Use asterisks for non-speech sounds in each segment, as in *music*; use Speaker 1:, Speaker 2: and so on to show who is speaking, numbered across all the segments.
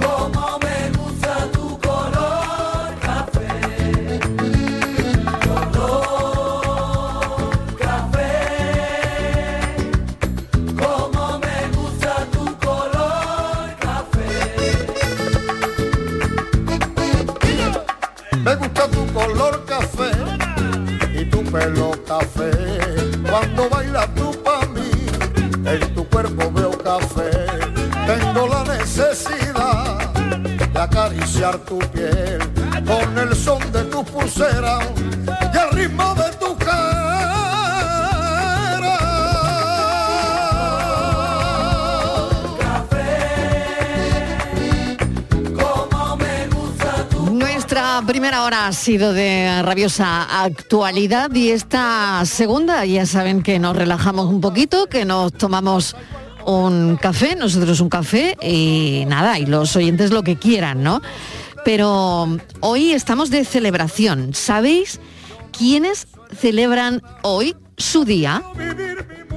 Speaker 1: Como me gusta tu color café, color café. Como me gusta tu color café.
Speaker 2: Me gusta tu color café y tu pelo café. Cuando bailas tú pa' mí, en tu cuerpo veo café. Tengo la necesidad de acariciar tu piel con el son de tu pulsera y el ritmo de tu
Speaker 1: Como me gusta tu
Speaker 3: Nuestra primera hora ha sido de rabiosa actualidad y esta segunda, ya saben que nos relajamos un poquito, que nos tomamos un café, nosotros un café y nada, y los oyentes lo que quieran, ¿no? Pero hoy estamos de celebración. ¿Sabéis quiénes celebran hoy su día?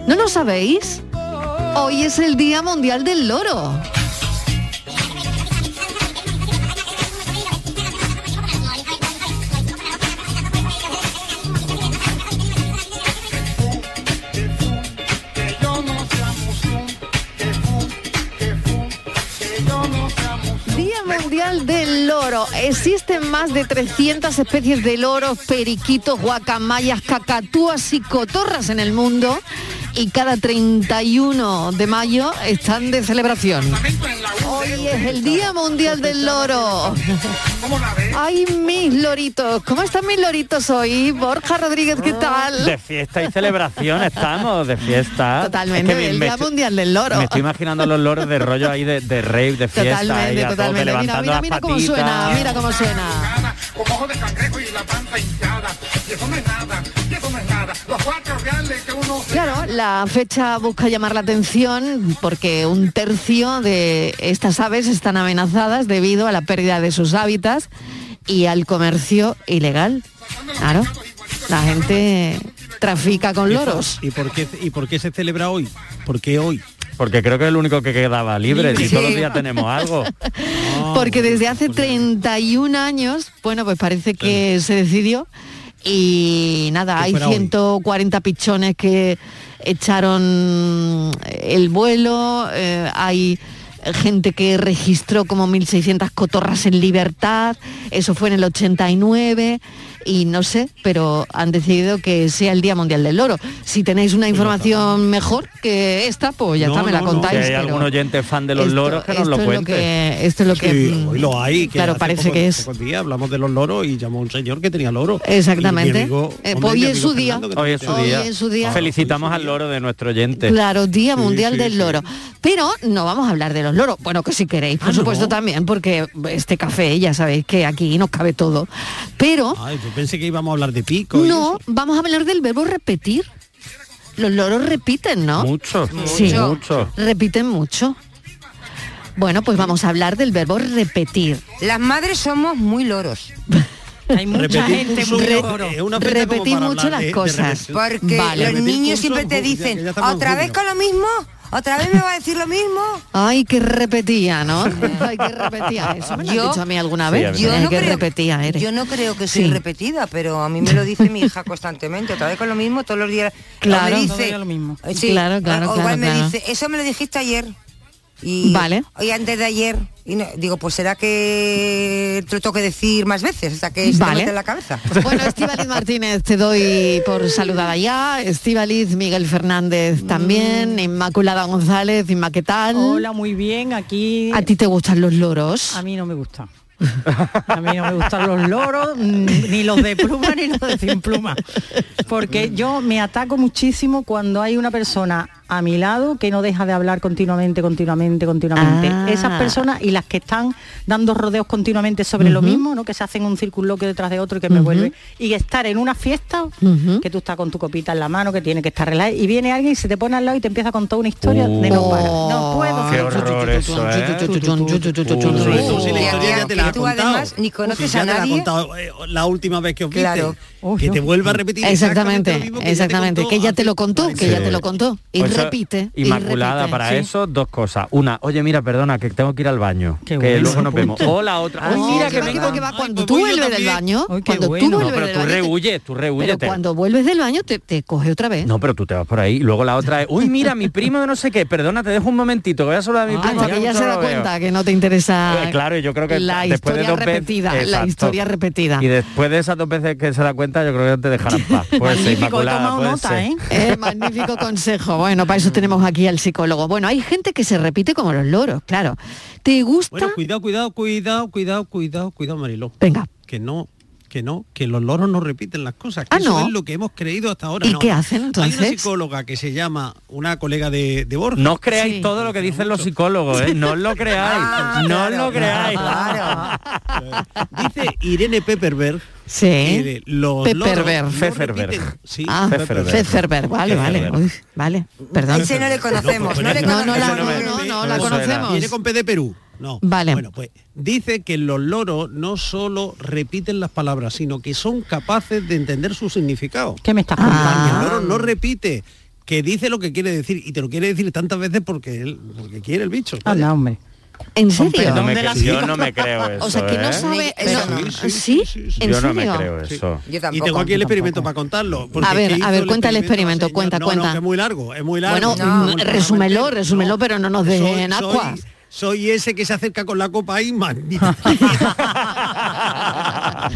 Speaker 3: ¿No lo sabéis? Hoy es el Día Mundial del Loro. Día Mundial del Loro. Existen más de 300 especies de loros, periquitos, guacamayas, cacatúas y cotorras en el mundo y cada 31 de mayo están de celebración. Hoy es el Día Mundial del Loro. Ay, mis loritos. ¿Cómo están mis loritos hoy? Borja Rodríguez, ¿qué
Speaker 4: De
Speaker 3: tal?
Speaker 4: fiesta y celebración estamos, de fiesta.
Speaker 3: Totalmente,
Speaker 4: me-
Speaker 3: el
Speaker 4: me
Speaker 3: Día
Speaker 4: estoy-
Speaker 3: Mundial del Loro.
Speaker 4: Me estoy imaginando a los loros de rollo ahí de, de rave, de fiesta, ahí
Speaker 3: Totalmente,
Speaker 4: a tope,
Speaker 3: totalmente. Mira,
Speaker 4: levantando
Speaker 3: mira,
Speaker 4: las
Speaker 3: mira cómo
Speaker 4: patitas.
Speaker 3: suena, mira cómo suena.
Speaker 5: Como ojo de cangrejo y la panza hinchada. Y eso no es nada, y eso no es nada. Los cuatro reales que uno se
Speaker 3: Claro, la fecha busca llamar la atención porque un tercio de estas aves están amenazadas debido a la pérdida de sus hábitats y al comercio ilegal. Claro, la gente trafica con loros.
Speaker 6: ¿Y por qué, y por qué se celebra hoy? ¿Por qué hoy?
Speaker 4: Porque creo que es el único que quedaba libre, si
Speaker 6: Sí.
Speaker 4: todos los
Speaker 3: *laughs*
Speaker 4: días tenemos algo.
Speaker 3: Porque desde hace 31 años, bueno, pues parece que se decidió y nada, hay
Speaker 7: fuera hoy.
Speaker 3: 140 pichones que echaron el vuelo, eh, hay gente que registró como 1.600 cotorras en libertad, eso fue en el 89 y no sé, pero han decidido que sea el Día Mundial del Loro. Si tenéis
Speaker 7: Pues
Speaker 3: una información mejor que esta, pues ya está, me la
Speaker 4: Si
Speaker 3: contáis.
Speaker 4: hay
Speaker 3: pero-
Speaker 4: algún oyente fan de los loros que nos
Speaker 3: esto
Speaker 4: lo
Speaker 3: es lo
Speaker 4: cuente.
Speaker 3: que- esto es lo que,
Speaker 6: Sí,
Speaker 3: mm,
Speaker 6: hoy lo hay. Que
Speaker 3: claro,
Speaker 6: hace
Speaker 3: parece
Speaker 6: poco-
Speaker 3: que es.
Speaker 6: pocos días hablamos de los loros y llamó un señor que tenía loro.
Speaker 3: Exactamente.
Speaker 6: Y mi amigo-
Speaker 3: Eh,
Speaker 6: hombre,
Speaker 3: pues hoy
Speaker 6: mi
Speaker 3: es
Speaker 6: amigo
Speaker 3: su día.
Speaker 6: Fernando, que Ah,
Speaker 4: Hoy es su día.
Speaker 3: es su día.
Speaker 4: Felicitamos al loro de nuestro oyente.
Speaker 3: Claro, Día
Speaker 4: Sí,
Speaker 3: Mundial
Speaker 4: sí,
Speaker 3: del
Speaker 4: sí.
Speaker 3: Loro. Pero no vamos a hablar de los loros. Bueno, que si queréis,
Speaker 6: Ah,
Speaker 3: por supuesto también, porque este café ya sabéis que aquí nos cabe todo. Pero
Speaker 6: Ay, pues pensé que íbamos a hablar de pico. y
Speaker 3: no, vamos a hablar del verbo repetir. Los loros repiten, ¿no?
Speaker 4: Mucho,
Speaker 3: Sí.
Speaker 4: mucho.
Speaker 3: Repiten mucho. Bueno, pues vamos a hablar del verbo repetir.
Speaker 8: Las madres somos muy
Speaker 3: *laughs*
Speaker 8: loros. Hay
Speaker 3: mucha Repetir gente mucho, muy eh, loro. eh, una fecha como Repetir para mucho hablar las de- de cosas. repetición.
Speaker 8: Porque
Speaker 3: Vale.
Speaker 8: los
Speaker 3: Repetir
Speaker 8: niños
Speaker 3: curso,
Speaker 8: siempre te
Speaker 3: ya-
Speaker 8: dicen,
Speaker 3: ya estamos en
Speaker 8: otra vez
Speaker 3: junio".
Speaker 8: con lo mismo, otra vez me va a decir lo mismo.
Speaker 3: Ay, que repetía, ¿no? *laughs* Ay, que repetía. Eso me lo han dicho a mí alguna vez.
Speaker 8: yo
Speaker 3: Ay,
Speaker 8: no
Speaker 3: que
Speaker 8: creo,
Speaker 3: repetía eres.
Speaker 8: yo no creo que soy
Speaker 3: Sí.
Speaker 8: repetida, pero a mí me lo dice mi hija constantemente, otra vez con lo mismo, todos los días. O
Speaker 3: Claro.
Speaker 8: me
Speaker 3: Todos los
Speaker 8: dice,
Speaker 3: días lo mismo.
Speaker 8: Eh, sí,
Speaker 3: Claro, claro,
Speaker 8: o
Speaker 3: claro,
Speaker 8: igual me
Speaker 3: claro.
Speaker 8: dice, eso me lo dijiste ayer. Y,
Speaker 3: Vale.
Speaker 8: Y antes de ayer. Y no- digo, pues será que te lo tengo que decir más veces, hasta que se te
Speaker 3: Vale.
Speaker 8: mete en la cabeza.
Speaker 3: Bueno, Estivaliz Martínez, te doy por saludada ya. Estivaliz, Miguel Fernández también, Inmaculada González, Inma, ¿qué tal?
Speaker 9: Hola, muy bien, aquí...
Speaker 3: ¿A ti te gustan los loros?
Speaker 9: A mí no me gusta. A mí no me gustan los loros, mm, ni los de pluma, ni los de sin pluma. Porque yo me ataco muchísimo cuando hay una persona a mi lado que no deja de hablar continuamente, continuamente, continuamente.
Speaker 3: Ah.
Speaker 9: Esas personas y las que están dando rodeos continuamente sobre lo
Speaker 3: Ujú.
Speaker 9: mismo, ¿no? Que se hacen un circunloquio detrás de otro y que me
Speaker 3: Ujú.
Speaker 9: vuelve. Y estar en una fiesta,
Speaker 3: Ujú.
Speaker 9: que tú estás con tu copita en la mano, que tiene que estar relajada, y viene alguien y se te pone al lado y te empieza con toda una historia de no para. No puedo.
Speaker 4: Qué horror eso, ¿eh?
Speaker 6: Tú sí, la
Speaker 8: Uy.
Speaker 6: historia ya te la
Speaker 8: Que
Speaker 6: has
Speaker 8: tú,
Speaker 6: contado.
Speaker 8: además, ni
Speaker 6: Sí,
Speaker 8: conoces
Speaker 6: ya
Speaker 8: a
Speaker 6: te la ha
Speaker 8: nadie.
Speaker 6: contado, eh, la última vez que os viste.
Speaker 8: Claro. Oh,
Speaker 6: Que te vuelva a repetir
Speaker 3: Exactamente,
Speaker 6: exactamente, lo mismo que ya te
Speaker 3: exactamente,
Speaker 6: contó
Speaker 3: que ya te lo contó, que ya
Speaker 4: Sí.
Speaker 3: te lo contó. Y
Speaker 4: Pues eso,
Speaker 3: repite. y
Speaker 4: Inmaculada,
Speaker 3: repite,
Speaker 4: para
Speaker 3: sí.
Speaker 4: eso, dos cosas. Una, oye, mira, perdona, que tengo que ir al baño.
Speaker 9: Qué
Speaker 4: que
Speaker 9: bueno.
Speaker 4: luego nos vemos. O la otra. Ay,
Speaker 3: No,
Speaker 4: mira,
Speaker 3: Ah, Oh, que
Speaker 4: que
Speaker 3: va, que
Speaker 4: vengo.
Speaker 3: va, que va. Cuando
Speaker 6: pues
Speaker 3: tú
Speaker 6: voy yo
Speaker 3: vuelves del
Speaker 6: también.
Speaker 3: baño,
Speaker 9: Ay, qué
Speaker 3: cuando tú
Speaker 9: bueno.
Speaker 3: vuelves
Speaker 4: No, pero
Speaker 3: del
Speaker 4: tú
Speaker 3: baño, te-
Speaker 4: rehuyes, tú
Speaker 3: pero
Speaker 4: rehuyes. te-
Speaker 3: cuando vuelves del baño te, te coge otra vez.
Speaker 4: No, pero tú te vas por ahí. Y luego la otra es, uy, mira, mi primo de no sé qué, perdona, te dejo un momentito, que voy a saludar a mi primo.
Speaker 3: Ah, Hasta que ya se
Speaker 4: no
Speaker 3: da
Speaker 4: lo veo".
Speaker 3: cuenta que no te interesa
Speaker 4: Eh, claro, y yo creo que
Speaker 3: la
Speaker 4: después de
Speaker 3: historia
Speaker 4: dos veces-
Speaker 3: repetida, la
Speaker 4: Exacto.
Speaker 3: historia repetida.
Speaker 4: Y después de esas dos veces que se da cuenta, yo creo que te dejarán paz. Puede
Speaker 3: *laughs*
Speaker 4: ser,
Speaker 9: Magnífico, he
Speaker 4: Inmaculada,
Speaker 9: tomado
Speaker 4: puede
Speaker 9: nota,
Speaker 6: Ah,
Speaker 4: ser.
Speaker 9: ¿eh?
Speaker 3: Eh, magnífico consejo. Bueno, para eso tenemos aquí al psicólogo. Bueno, hay gente que se repite como los loros, claro. ¿Te gusta?
Speaker 6: Bueno, cuidado, cuidado, cuidado, cuidado, cuidado, cuidado, Mariló.
Speaker 3: Venga.
Speaker 6: Que no, que no, que los loros no repiten las cosas. Que
Speaker 3: Ah,
Speaker 6: eso
Speaker 3: no.
Speaker 6: es lo que hemos creído hasta ahora.
Speaker 3: ¿Y
Speaker 6: no.
Speaker 3: qué hacen,
Speaker 6: Hay
Speaker 3: entonces?
Speaker 6: una psicóloga que se llama, una colega de, de Borja.
Speaker 4: No os creáis
Speaker 3: Sí.
Speaker 4: todo lo que dicen los psicólogos, ¿eh? No os
Speaker 6: *laughs*
Speaker 4: lo creáis,
Speaker 8: Ah,
Speaker 4: no os
Speaker 8: claro,
Speaker 4: lo creáis.
Speaker 6: Ah,
Speaker 8: claro.
Speaker 6: Dice Irene Pepperberg
Speaker 3: Sí.
Speaker 6: que eh, los
Speaker 3: Pepperberg.
Speaker 6: loros no
Speaker 4: Pfefferberg.
Speaker 6: repiten- Sí,
Speaker 3: Ah,
Speaker 4: Pfefferberg.
Speaker 3: Pfefferberg, vale, vale.
Speaker 4: Pfefferberg.
Speaker 3: Uy, vale, perdón.
Speaker 8: Ese no le conocemos, no le
Speaker 3: pues No, no, la,
Speaker 8: conocemos.
Speaker 3: no,
Speaker 8: ¿eh?
Speaker 3: no, no, la
Speaker 4: Eso era.
Speaker 3: conocemos.
Speaker 6: Viene con P de Perú. No.
Speaker 3: Vale.
Speaker 6: Bueno, pues dice que los loros no solo repiten las palabras, sino que son capaces de entender su significado.
Speaker 9: ¿Qué me estás
Speaker 6: Que
Speaker 3: Ah.
Speaker 6: El loro no repite, que dice lo que quiere decir y te lo quiere decir tantas veces porque, él, porque quiere el bicho.
Speaker 9: contando? Anda, hombre.
Speaker 3: ¿En
Speaker 4: Yo no,
Speaker 3: serio?
Speaker 4: me,
Speaker 9: ¿Dónde la has
Speaker 4: yo
Speaker 9: visto?
Speaker 4: no me creo eso.
Speaker 3: *laughs* O sea, que no
Speaker 4: ¿eh?
Speaker 3: sabe...
Speaker 8: Ni-
Speaker 3: no-
Speaker 8: eso
Speaker 3: ¿Ah, ¿Sí?
Speaker 8: no.
Speaker 6: Sí, sí, sí, sí.
Speaker 3: ¿En
Speaker 4: Yo no me
Speaker 3: serio?
Speaker 4: creo eso.
Speaker 8: Yo
Speaker 6: Y
Speaker 8: tampoco.
Speaker 6: tengo aquí el experimento para contarlo. porque
Speaker 3: A ver,
Speaker 6: es que
Speaker 3: a
Speaker 6: hizo
Speaker 3: ver,
Speaker 6: el
Speaker 3: cuenta el experimento,
Speaker 6: la señora.
Speaker 3: cuenta,
Speaker 6: No,
Speaker 3: cuenta.
Speaker 6: No, que es muy largo, es muy largo.
Speaker 3: Bueno,
Speaker 8: No.
Speaker 3: mm, resúmelo, resúmelo, pero no nos dejes
Speaker 6: Soy-
Speaker 3: en
Speaker 6: soy-
Speaker 3: aguas.
Speaker 6: Soy ese que se acerca con la copa ahí, *laughs* magnífico.
Speaker 3: *laughs*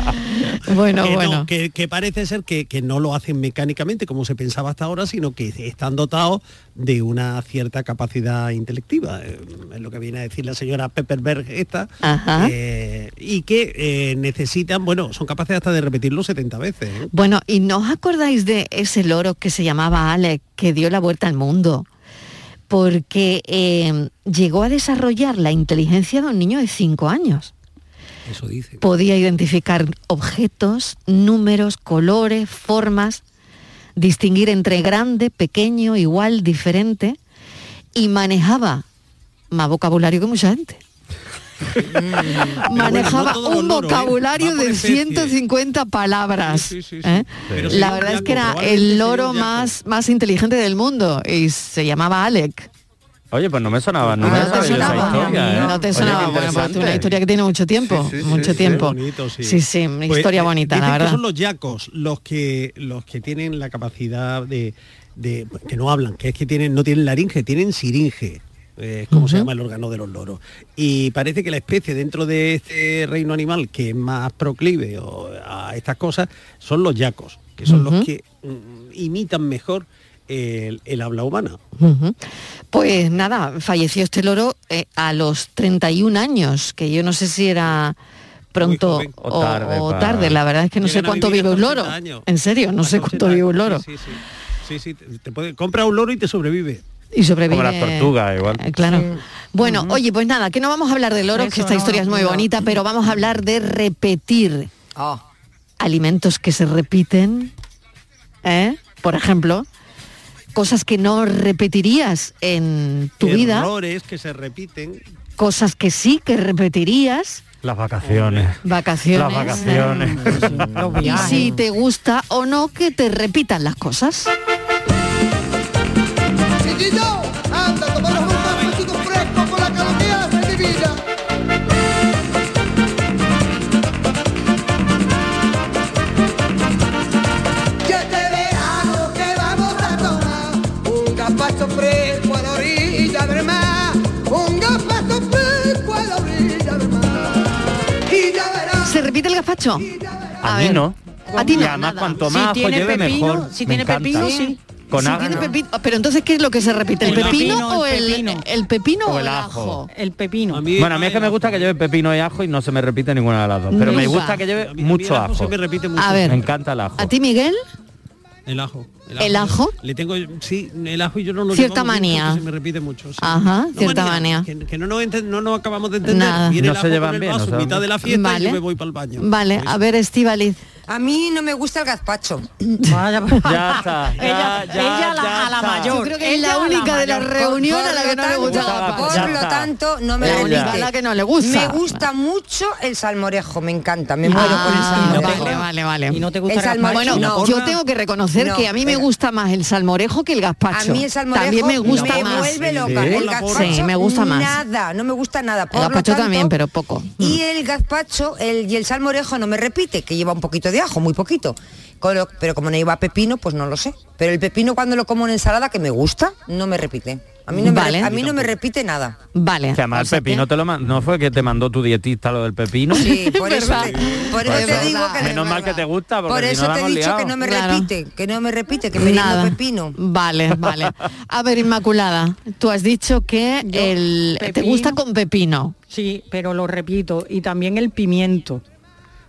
Speaker 3: Bueno,
Speaker 6: que, no,
Speaker 3: bueno.
Speaker 6: que, que parece ser que, que no lo hacen mecánicamente como se pensaba hasta ahora, sino que están dotados de una cierta capacidad intelectiva, eh, es lo que viene a decir la señora Pepperberg esta,
Speaker 3: Ajá.
Speaker 6: eh, y que eh, necesitan, bueno, son capaces hasta de repetirlo 70 veces. ¿eh?
Speaker 3: Bueno, ¿y no os acordáis de ese loro que se llamaba Alex, que dio la vuelta al mundo? Porque eh, llegó a desarrollar la inteligencia de un niño de 5 años.
Speaker 6: Eso dice.
Speaker 3: Podía identificar objetos, números, colores, formas, distinguir entre grande, pequeño, igual, diferente, y manejaba más vocabulario que mucha gente.
Speaker 6: Mm.
Speaker 3: manejaba
Speaker 6: todos los
Speaker 3: un
Speaker 6: loros, ¿eh?
Speaker 3: vocabulario
Speaker 6: Va por
Speaker 3: de
Speaker 6: especie.
Speaker 3: 150 palabras.
Speaker 6: Sí, sí, sí, sí.
Speaker 3: ¿eh?
Speaker 6: Pero
Speaker 3: La
Speaker 6: sería un
Speaker 3: verdad es
Speaker 6: yaco,
Speaker 3: que era
Speaker 6: probablemente
Speaker 3: el
Speaker 6: sería
Speaker 3: loro
Speaker 6: un yaco.
Speaker 3: más, más inteligente del mundo y se llamaba Alec.
Speaker 4: Oye, pues no me sonaba, no
Speaker 3: no,
Speaker 4: me
Speaker 3: te
Speaker 4: sabía esa
Speaker 3: sonaba,
Speaker 4: historia.
Speaker 6: Ah,
Speaker 4: ¿eh?
Speaker 3: no
Speaker 4: Oye,
Speaker 3: te
Speaker 4: qué
Speaker 3: sonaba. Bueno, pues es una
Speaker 4: interesante.
Speaker 3: historia que tiene mucho tiempo,
Speaker 6: Sí, sí, sí,
Speaker 3: mucho
Speaker 6: sí,
Speaker 3: tiempo.
Speaker 6: bonito, sí.
Speaker 3: sí, una
Speaker 6: Pues,
Speaker 3: historia
Speaker 6: eh,
Speaker 3: bonita,
Speaker 6: dicen
Speaker 3: la
Speaker 6: que
Speaker 3: verdad.
Speaker 6: son los yacos los que los que tienen la capacidad de, de- que no hablan, que es que tienen no tienen laringe, tienen siringe. eh, Es como se llama el órgano de los loros. Y parece que la especie dentro de este reino animal que es más proclive o- a estas cosas son los yacos, que son los que mm, imitan mejor el, el habla humana.
Speaker 3: Ujú. Pues nada, falleció este loro eh, a los 31 años, que yo no sé si era pronto
Speaker 6: joven.
Speaker 3: o,
Speaker 4: O tarde,
Speaker 3: o
Speaker 4: pa-
Speaker 3: tarde, la verdad es que no sé
Speaker 6: Llegan a
Speaker 3: cuánto
Speaker 6: vivir
Speaker 3: vive un
Speaker 6: hasta
Speaker 3: loro.
Speaker 6: 80 años.
Speaker 3: En serio, no sé
Speaker 6: Hasta
Speaker 3: cuánto
Speaker 6: 80
Speaker 3: vive un
Speaker 6: años,
Speaker 3: loro.
Speaker 6: Sí, sí, sí. Sí, sí, te- te puede- compra un loro y te sobrevive.
Speaker 3: Y sobrevive.
Speaker 4: Como las tortugas, igual.
Speaker 3: Eh, claro. Bueno, oye, pues nada, que no vamos a hablar de loros, que
Speaker 9: Eso
Speaker 3: esta
Speaker 9: no,
Speaker 3: historia es muy
Speaker 9: no.
Speaker 3: bonita, pero vamos a hablar de repetir
Speaker 8: Oh.
Speaker 9: Ah.
Speaker 3: alimentos que se repiten, ¿eh? por ejemplo, cosas que no repetirías en tu vida,
Speaker 6: Errores que se repiten.
Speaker 3: cosas que sí que repetirías,
Speaker 4: Las vacaciones.
Speaker 3: vacaciones.
Speaker 4: Las vacaciones.
Speaker 9: Los
Speaker 3: Y
Speaker 9: viajes.
Speaker 3: si te gusta o no que te repitan las cosas.
Speaker 1: Chiquillo, anda, toma los un chico fresco con la calomía de mi vida. Que este verano que vamos a tomar un gazpacho fresco a la orilla del mar, un gazpacho fresco a la orilla del mar. Y ya verás,
Speaker 3: ¿Se repite el gazpacho?
Speaker 4: A mí
Speaker 3: ver.
Speaker 4: no.
Speaker 3: A ti no.
Speaker 4: Y además
Speaker 3: nada.
Speaker 4: cuanto
Speaker 9: Si
Speaker 4: más ajo
Speaker 9: tiene
Speaker 4: lleve
Speaker 9: pepino,
Speaker 4: mejor.
Speaker 9: si
Speaker 4: Me
Speaker 9: tiene
Speaker 4: encanta.
Speaker 9: pepino, sí.
Speaker 4: Con
Speaker 3: Si
Speaker 4: ajo.
Speaker 3: tiene pepino- pero entonces, ¿qué es lo que se repite? ¿El,
Speaker 9: El
Speaker 3: pepino,
Speaker 9: pepino,
Speaker 3: o el,
Speaker 9: el
Speaker 3: el pepino,
Speaker 9: pepino.
Speaker 3: o
Speaker 4: O el
Speaker 3: el ajo?
Speaker 9: El pepino.
Speaker 6: A mí-
Speaker 3: Ah.
Speaker 4: Bueno, a mí es que me gusta que lleve pepino y ajo y no se me repite ninguna de las dos. Pero me
Speaker 3: Nunca.
Speaker 4: gusta que
Speaker 6: A
Speaker 4: lleve
Speaker 6: mí- a mí el
Speaker 4: mucho
Speaker 6: ajo se
Speaker 4: ajo.
Speaker 6: me repite mucho.
Speaker 3: A ver,
Speaker 4: Me encanta el ajo.
Speaker 3: ¿a ti, Miguel?
Speaker 6: *laughs* El ajo.
Speaker 3: ¿El ajo?
Speaker 6: Le tengo, sí, el ajo yo no lo
Speaker 3: Cierta
Speaker 6: llevo mucho
Speaker 3: manía.
Speaker 6: porque Se me repite mucho. sí.
Speaker 3: Ajá,
Speaker 6: No
Speaker 3: cierta manía.
Speaker 6: Que, que no, nos enten- no nos acabamos de entender.
Speaker 3: Nada.
Speaker 6: Viene
Speaker 4: No
Speaker 6: el
Speaker 4: se
Speaker 6: ajo con
Speaker 4: llevan
Speaker 6: el
Speaker 4: bien,
Speaker 6: vaso
Speaker 4: o sea,
Speaker 6: en mitad de la fiesta y
Speaker 3: Vale.
Speaker 6: yo me voy para el baño.
Speaker 4: Pues
Speaker 3: Vale, a ver, Estivaliz.
Speaker 8: A mí no me gusta el gazpacho.
Speaker 4: *laughs* Ya está, ya,
Speaker 8: Ella-
Speaker 4: ya,
Speaker 8: ella la-
Speaker 4: ya
Speaker 8: a la
Speaker 4: está.
Speaker 8: mayor.
Speaker 3: Yo creo que es
Speaker 8: Ella
Speaker 3: la
Speaker 8: la
Speaker 3: única de la
Speaker 8: mayor.
Speaker 3: reunión
Speaker 8: Por
Speaker 3: a la
Speaker 8: lo
Speaker 3: que no le gusta
Speaker 8: tanto,
Speaker 3: la papa.
Speaker 8: Por
Speaker 4: Ya
Speaker 8: lo
Speaker 4: está.
Speaker 8: tanto, no me
Speaker 3: La
Speaker 8: repite.
Speaker 3: única a la que no le gusta.
Speaker 8: Me gusta mucho el salmorejo, me encanta, me
Speaker 3: Ah,
Speaker 8: muero por el salmorejo.
Speaker 3: vale, vale, vale.
Speaker 9: Y no te
Speaker 8: El
Speaker 9: gusta la
Speaker 8: salmón-
Speaker 3: Bueno,
Speaker 8: no.
Speaker 4: Ah.
Speaker 3: yo tengo que reconocer
Speaker 8: No,
Speaker 3: que a mí me
Speaker 8: espera.
Speaker 3: gusta más el salmorejo que el
Speaker 8: A
Speaker 3: gazpacho.
Speaker 8: mí el salmorejo
Speaker 3: También me gusta
Speaker 8: me
Speaker 3: más.
Speaker 8: vuelve loca.
Speaker 3: Sí.
Speaker 8: El gazpacho
Speaker 3: Sí, me gusta más.
Speaker 8: Nada, no me gusta nada. Por
Speaker 3: El
Speaker 8: lo
Speaker 3: gazpacho
Speaker 8: tanto,
Speaker 3: también, pero poco.
Speaker 8: Y el gazpacho el, y el salmorejo no me repite, que lleva un poquito de ajo, muy poquito. Con lo- Pero como no lleva pepino, pues no lo sé. Pero el pepino cuando lo como en ensalada, que me gusta, no me repite. A mí no,
Speaker 3: Vale.
Speaker 8: me, re- a mí no me repite nada.
Speaker 3: Vale.
Speaker 4: Que además
Speaker 3: o sea
Speaker 4: el pepino
Speaker 3: que-
Speaker 4: te lo man- no fue que te mandó tu dietista lo del pepino. *laughs*
Speaker 3: *laughs*
Speaker 8: Sí, por eso,
Speaker 3: ¿Verdad?
Speaker 8: te, por eso
Speaker 3: Es
Speaker 8: te
Speaker 3: verdad.
Speaker 8: digo que no
Speaker 4: Menos
Speaker 8: es
Speaker 4: mal
Speaker 8: verdad.
Speaker 4: que te gusta, porque
Speaker 8: Por
Speaker 4: si
Speaker 8: eso
Speaker 4: no la
Speaker 8: te he
Speaker 4: hemos
Speaker 8: dicho que
Speaker 4: liado.
Speaker 8: no me
Speaker 3: Claro.
Speaker 8: repite, que no me repite, que me diga pepino.
Speaker 3: Vale, vale. A ver, Inmaculada, tú has dicho que
Speaker 9: Yo,
Speaker 3: el te
Speaker 9: pepino.
Speaker 3: gusta con pepino.
Speaker 9: Sí, pero lo repito. Y también el pimiento.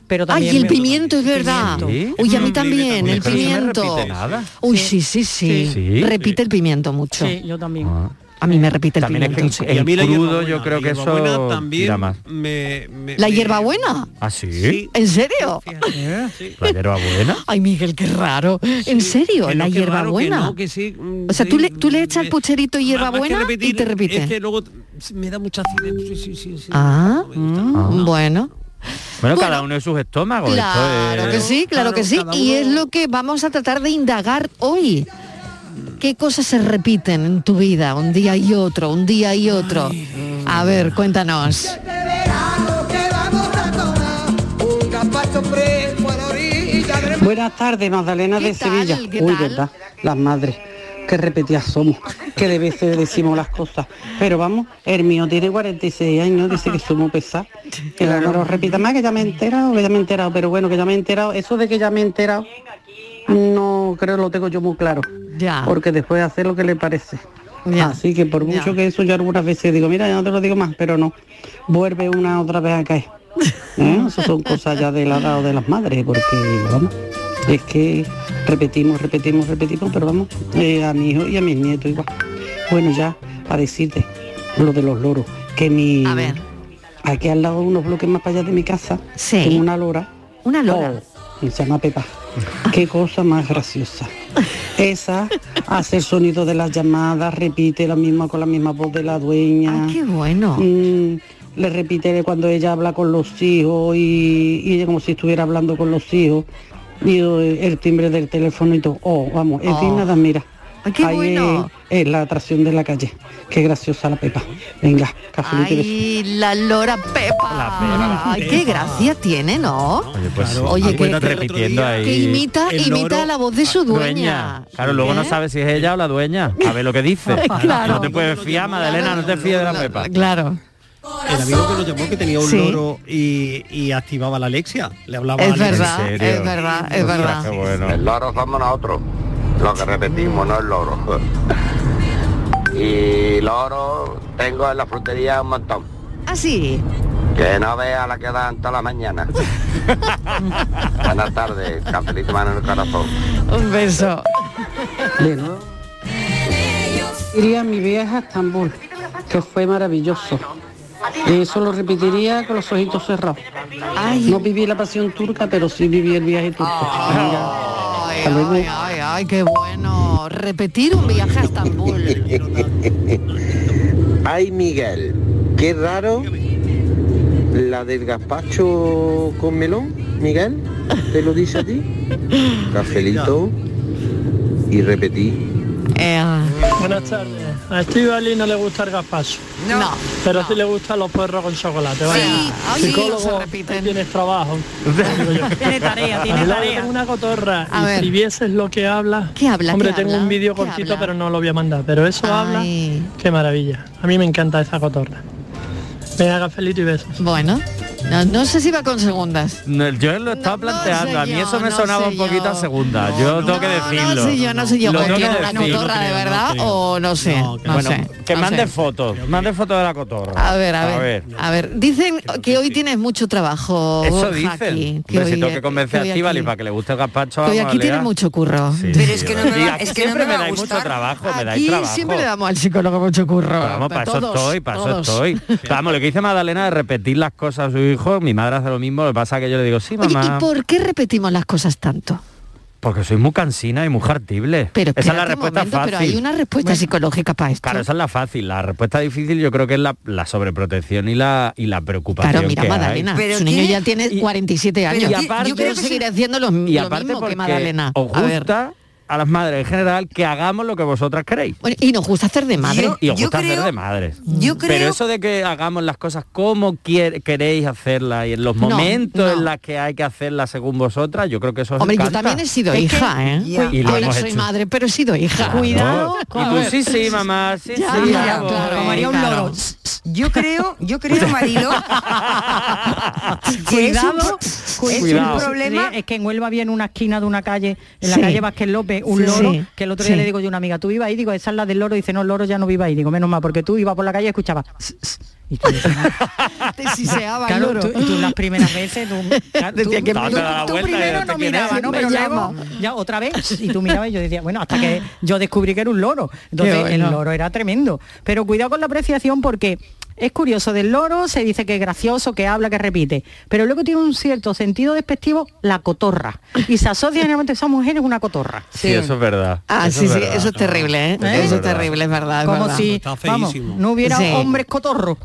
Speaker 9: Pero también
Speaker 3: Ay, el
Speaker 9: me-
Speaker 3: pimiento es verdad.
Speaker 4: Sí.
Speaker 3: Uy, a mí
Speaker 6: Mm,
Speaker 3: también,
Speaker 6: horrible
Speaker 4: también. Pero
Speaker 3: el
Speaker 4: eso no
Speaker 3: pimiento.
Speaker 4: repite nada.
Speaker 3: Uy, sí, sí, sí.
Speaker 4: Sí. Sí.
Speaker 3: Repite el pimiento mucho.
Speaker 9: Sí, yo también.
Speaker 4: Ah.
Speaker 3: A mí me repite el
Speaker 4: También es que
Speaker 3: pimiento. sí.
Speaker 6: Y a
Speaker 4: el
Speaker 6: mí la
Speaker 4: crudo
Speaker 6: hierbabuena,
Speaker 4: yo creo
Speaker 6: la
Speaker 4: que eso
Speaker 6: hierbabuena también
Speaker 4: tira más.
Speaker 6: me- me-
Speaker 3: ¿La
Speaker 6: me-
Speaker 3: hierbabuena?
Speaker 4: ¿Ah, sí?
Speaker 6: Sí.
Speaker 3: ¿En serio?
Speaker 6: Fíjate, sí.
Speaker 4: ¿La hierbabuena?
Speaker 3: Ay, Miguel, qué raro. ¿En serio?
Speaker 6: Que no,
Speaker 3: ¿La
Speaker 6: qué raro,
Speaker 3: hierbabuena?
Speaker 6: que no, que sí, mm,
Speaker 3: O sea,
Speaker 6: sí,
Speaker 3: tú le, tú le
Speaker 6: me-
Speaker 3: echas el pucherito
Speaker 6: Más- más que
Speaker 3: hierbabuena y
Speaker 6: repetir,
Speaker 3: te repite.
Speaker 6: Es que luego me da mucha acidez. Sí, sí, sí, sí.
Speaker 3: Ah,
Speaker 6: No me gusta.
Speaker 3: mm, bueno.
Speaker 4: Bueno,
Speaker 3: Bueno.
Speaker 4: cada uno de sus estómagos. esto
Speaker 3: Claro
Speaker 4: es-
Speaker 3: que sí, claro que sí.
Speaker 6: Claro, cada
Speaker 3: Y es
Speaker 6: uno-
Speaker 3: lo que vamos a tratar de indagar hoy. ¿Qué cosas se repiten en tu vida un día y otro, un día y otro? A ver, cuéntanos.
Speaker 1: Este verano que vamos a tomar un gazpacho fresco a la orilla del mar.
Speaker 7: Buenas tardes, Magdalena
Speaker 3: ¿Qué
Speaker 7: de
Speaker 3: tal?
Speaker 7: Sevilla.
Speaker 3: ¿Qué
Speaker 7: Uy,
Speaker 3: tal?
Speaker 7: verdad, las madres, que repetidas somos, que de veces decimos las cosas. Pero vamos, el mío tiene 46 años, dice que somos pesados. Que no lo repita más, que ya me he enterado, que ya me he enterado. Pero bueno, que ya me he enterado. Eso de que ya me he enterado, no creo lo tengo yo muy claro.
Speaker 3: Ya.
Speaker 7: Porque después hace lo que le parece.
Speaker 3: Ya.
Speaker 7: Así que por mucho
Speaker 3: Ya.
Speaker 7: que eso yo algunas veces digo, mira, ya no te lo digo más, pero no, vuelve una otra vez a
Speaker 3: *laughs*
Speaker 7: caer. ¿Eh? Eso son cosas ya de la edad o de las madres, porque vamos, es que repetimos, repetimos, repetimos, pero vamos, eh, a mi hijo y a mis nietos igual. Bueno, ya, a decirte lo de los loros, que mi...
Speaker 3: A ver.
Speaker 7: Aquí al lado, unos bloques más para allá de mi casa,
Speaker 3: Sí.
Speaker 7: tengo una lora.
Speaker 3: Una lora.
Speaker 7: Oh, se llama
Speaker 3: *laughs*
Speaker 7: Pepa. Qué cosa más graciosa. Esa hace el sonido de las llamadas, repite la misma con la misma voz de la dueña.
Speaker 3: Ah, qué bueno.
Speaker 7: Mm, le repite cuando ella habla con los hijos y, y ella como si estuviera hablando con los hijos. Y eh, el timbre del teléfono y todo. Oh, vamos, es
Speaker 3: Oh.
Speaker 7: digna de admirar.
Speaker 3: Ay, qué
Speaker 7: Ahí
Speaker 3: bueno.
Speaker 7: es, es la atracción de la calle. Qué graciosa la Pepa. Venga, cafelito y besos.
Speaker 3: Ay, la lora Pepa.
Speaker 4: La Pepa.
Speaker 3: Ay, qué gracia tiene, ¿no?
Speaker 4: Oye, pues
Speaker 6: Claro.
Speaker 3: Oye,
Speaker 4: oye,
Speaker 3: que- que-
Speaker 4: repitiendo ahí.
Speaker 3: Que imita,
Speaker 6: el
Speaker 3: imita
Speaker 6: loro-
Speaker 3: la voz de su dueña.
Speaker 4: Claro, luego no
Speaker 3: ¿Eh?
Speaker 4: sabes si es ella o la
Speaker 3: *laughs*
Speaker 4: dueña. A ver lo que dice.
Speaker 3: Claro.
Speaker 4: No te puedes fiar, Madalena, no te fíes de la pepa.
Speaker 3: Claro.
Speaker 6: El amigo que nos llamó que tenía un
Speaker 3: Sí.
Speaker 6: loro y, y activaba la Alexia. Le hablaba a
Speaker 3: Es
Speaker 6: Alexia.
Speaker 3: verdad,
Speaker 4: ¿En serio?
Speaker 3: es verdad, es
Speaker 4: Ostras,
Speaker 3: verdad.
Speaker 4: qué bueno.
Speaker 10: El loro somos nosotros, lo que repetimos, no el loro. *laughs* Y loro tengo en la frutería un montón.
Speaker 3: Ah, Así.
Speaker 10: Que no vea la que dan toda la
Speaker 3: *laughs*
Speaker 10: mañana. Buenas tardes, cafelito mano en el corazón.
Speaker 3: Un beso.
Speaker 7: de nuevo. Iría a mi vieja a Estambul, que fue maravilloso. Eso lo repetiría con los ojitos cerrados.
Speaker 3: Ay.
Speaker 7: No viví la pasión turca, pero sí viví el viaje turco.
Speaker 3: Ay, ay, ay, ay, qué bueno. Repetir un viaje a Estambul.
Speaker 11: *laughs* Ay, Miguel, qué raro la del gazpacho con melón, Miguel, te lo dice a ti. Cafelito y repetí.
Speaker 3: Eh,
Speaker 12: Buenas tardes. A Steve Ali no le gusta el gazpacho,
Speaker 3: no.
Speaker 12: pero sí le gustan los perros con chocolate.
Speaker 3: Sí,
Speaker 12: Vaya,
Speaker 3: ay, se
Speaker 12: psicólogo,
Speaker 3: repiten.
Speaker 12: tienes
Speaker 3: *laughs*
Speaker 12: trabajo.
Speaker 9: Tiene tarea, tiene
Speaker 12: Al lado
Speaker 9: tarea.
Speaker 12: tengo una cotorra.
Speaker 3: A
Speaker 12: y
Speaker 3: ver.
Speaker 12: si vieses lo que habla.
Speaker 3: ¿Qué habla,
Speaker 12: Hombre,
Speaker 3: qué
Speaker 12: tengo
Speaker 3: habla,
Speaker 12: un vídeo
Speaker 3: qué
Speaker 12: cortito,
Speaker 3: habla?
Speaker 12: pero no lo voy a mandar. Pero eso
Speaker 3: Ay.
Speaker 12: habla. Qué maravilla. A mí me encanta esa cotorra. Venga, cafelito y besos.
Speaker 3: Bueno, No, no sé si va con segundas.
Speaker 4: No, Yo lo estaba planteando, a mí eso me sonaba un poquito a segunda, yo tengo que decirlo.
Speaker 3: No sé yo, no sé yo.
Speaker 4: Lo
Speaker 3: o
Speaker 4: tengo que
Speaker 3: tiene una
Speaker 4: decir.
Speaker 3: cotorra de verdad o no sé. No,
Speaker 4: bueno,
Speaker 3: sé.
Speaker 4: que
Speaker 3: no
Speaker 4: mande
Speaker 3: sé.
Speaker 4: fotos, mande fotos de la cotorra.
Speaker 3: A ver, a ver, a ver. Oh, Dicen que hoy tienes mucho trabajo.
Speaker 4: Eso
Speaker 3: Borja,
Speaker 4: dicen.
Speaker 3: aquí,
Speaker 4: Hombre, si
Speaker 3: hoy-
Speaker 4: tengo que convencer
Speaker 3: que hoy
Speaker 4: a Estivali
Speaker 3: aquí-
Speaker 4: para que le guste el gazpacho.
Speaker 3: que hoy
Speaker 4: vamos a
Speaker 3: aquí tiene
Speaker 4: liar.
Speaker 3: mucho curro.
Speaker 4: Pero
Speaker 8: es que no me
Speaker 4: y
Speaker 8: va-
Speaker 4: aquí
Speaker 8: es que no
Speaker 4: siempre
Speaker 8: me va a
Speaker 4: dais mucho
Speaker 8: gustar.
Speaker 4: trabajo, me dais
Speaker 3: Aquí
Speaker 4: trabajo.
Speaker 3: siempre le damos al psicólogo mucho curro.
Speaker 4: Vamos, para eso
Speaker 3: Todos,
Speaker 4: estoy, para eso
Speaker 3: todos.
Speaker 4: estoy. Vamos, lo que dice Madalena es repetir las cosas a su hijo. Mi madre hace lo mismo, lo que pasa es que yo le digo, sí,
Speaker 3: Oye,
Speaker 4: mamá,
Speaker 3: ¿y por qué repetimos las cosas tanto?
Speaker 4: porque soy muy cansina y muy jartible.
Speaker 3: Pero
Speaker 4: esa es la
Speaker 3: espérate un
Speaker 4: respuesta
Speaker 3: momento,
Speaker 4: fácil.
Speaker 3: Pero hay una respuesta psicológica para esto.
Speaker 4: Claro, esa es la fácil. La respuesta difícil yo creo que es la, la sobreprotección y la, y la preocupación
Speaker 3: Claro, mira,
Speaker 4: que hay.
Speaker 3: Madalena, su niño ya tiene 47
Speaker 4: pero
Speaker 3: años.
Speaker 4: y aparte-
Speaker 3: yo creo que seguiré haciendo lo, lo
Speaker 4: y aparte
Speaker 3: mismo
Speaker 4: porque
Speaker 3: que Madalena.
Speaker 4: os
Speaker 3: A ver.
Speaker 4: gusta a, las madres en general que hagamos lo que vosotras queréis. ¿Eh?
Speaker 3: Bueno, y nos gusta hacer de madre.
Speaker 4: y os gusta hacer de madres.
Speaker 3: yo
Speaker 4: Pero
Speaker 3: creo-
Speaker 4: eso de que hagamos las cosas como quier- queréis hacerlas y en los
Speaker 3: No,
Speaker 4: momentos
Speaker 3: no.
Speaker 4: en las que hay que hacerlas según vosotras, yo creo que eso os
Speaker 3: Hombre, yo
Speaker 4: encanta.
Speaker 3: también he sido hija, ¿eh?
Speaker 4: Y lo
Speaker 3: Ahora
Speaker 4: hemos
Speaker 3: soy
Speaker 4: hecho.
Speaker 3: madre, pero he sido hija.
Speaker 4: Cuidado. Y tú, sí, sí, mamá, sí,
Speaker 3: Ya,
Speaker 4: sí,
Speaker 3: ya,
Speaker 4: bravo.
Speaker 3: claro,
Speaker 4: Como haría un
Speaker 3: claro.
Speaker 4: loro.
Speaker 8: Yo creo, yo creo, Marilo, que es un pro-
Speaker 9: Cuidado,
Speaker 8: es un
Speaker 9: cuidado.
Speaker 8: problema
Speaker 9: Sí, es que en Huelva había en una esquina de una calle, en la
Speaker 8: Sí.
Speaker 9: calle Vázquez López, un
Speaker 8: Sí,
Speaker 9: loro,
Speaker 8: sí,
Speaker 9: que el otro día
Speaker 8: sí.
Speaker 9: le digo yo a una amiga, tú ibas ahí, digo, esa es la del loro, dice, no, el loro ya no viva ahí, digo, menos mal, porque tú ibas por la calle y escuchabas. "Ss, ss", Y tú decías,
Speaker 3: Tesiseaba el
Speaker 9: claro,
Speaker 3: loro.
Speaker 9: tú, y tú las primeras veces,
Speaker 3: *laughs*
Speaker 9: tú, claro, tú-
Speaker 3: Decía que
Speaker 9: tú-
Speaker 3: me-
Speaker 9: tú
Speaker 3: Date la vuelta y
Speaker 9: primero
Speaker 3: date
Speaker 9: no
Speaker 3: quién
Speaker 9: mirabas,
Speaker 3: es,
Speaker 9: ¿no?
Speaker 3: me
Speaker 9: Pero luego,
Speaker 3: llama.
Speaker 9: ya otra vez, y tú mirabas y yo decía, bueno, hasta que
Speaker 8: Ah.
Speaker 9: yo descubrí que era un loro. Entonces,
Speaker 3: Qué bueno.
Speaker 9: el loro era tremendo. Pero cuidado con la apreciación porque es curioso, del loro se dice que es gracioso, que habla, que repite, pero luego tiene un cierto sentido despectivo la cotorra. Y se asocia generalmente esa mujer es una cotorra.
Speaker 4: Sí, eso es verdad.
Speaker 3: Ah,
Speaker 4: Eso
Speaker 3: sí,
Speaker 4: es
Speaker 3: sí,
Speaker 4: verdad.
Speaker 3: eso es terrible, ¿eh?
Speaker 4: Eso es
Speaker 3: Eso es
Speaker 4: verdad.
Speaker 3: terrible, es verdad. es
Speaker 9: Como
Speaker 3: verdad.
Speaker 9: si vamos, no hubiera
Speaker 3: Sí.
Speaker 9: hombres cotorros.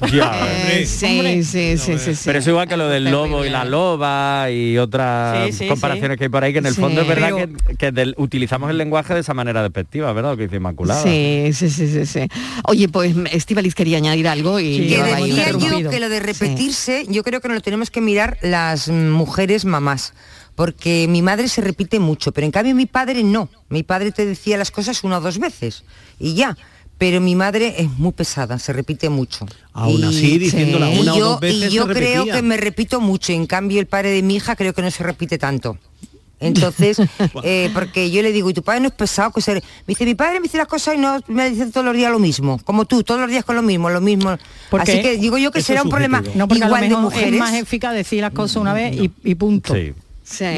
Speaker 3: *laughs*
Speaker 4: Ya.
Speaker 3: Eh, sí, sí, sí, sí, sí.
Speaker 4: Pero es igual que lo del lobo y la loba y otras
Speaker 9: Sí, sí,
Speaker 4: comparaciones que hay por ahí, que en el
Speaker 3: Sí.
Speaker 4: fondo es verdad
Speaker 3: Pero-
Speaker 4: que, que del- utilizamos el lenguaje de esa manera despectiva, ¿verdad? Lo que dice Inmaculada.
Speaker 3: Sí, sí, sí, sí, sí. Oye, pues Estivalis quería añadir algo y
Speaker 8: que
Speaker 3: llevaba ahí
Speaker 8: decía yo
Speaker 3: interrumpido.
Speaker 8: que lo de repetirse, yo creo que nos lo tenemos que mirar las mm, mujeres mamás. Porque mi madre se repite mucho, pero en cambio mi padre no. Mi padre te decía las cosas una o dos veces y ya. Pero mi madre es muy pesada, se repite mucho.
Speaker 6: Aún así, diciéndola
Speaker 8: Y
Speaker 6: una o
Speaker 8: yo-
Speaker 6: dos veces
Speaker 8: Y yo
Speaker 6: se
Speaker 8: creo
Speaker 6: repetía.
Speaker 8: que me repito mucho. En cambio, el padre de mi hija creo que no se repite tanto.
Speaker 9: *laughs*
Speaker 8: Entonces, eh, porque yo le digo, y tu padre no es pesado, que se... re-?". Me dice, mi padre me dice las cosas y no me dice todos los días lo mismo, como tú, todos los días con lo mismo, lo mismo.
Speaker 9: Porque
Speaker 8: Así que digo yo que será un problema
Speaker 9: No, porque
Speaker 8: igual
Speaker 9: a lo mejor
Speaker 8: de mujeres. Mm,
Speaker 9: es más eficaz decir las cosas una vez y, y punto. Y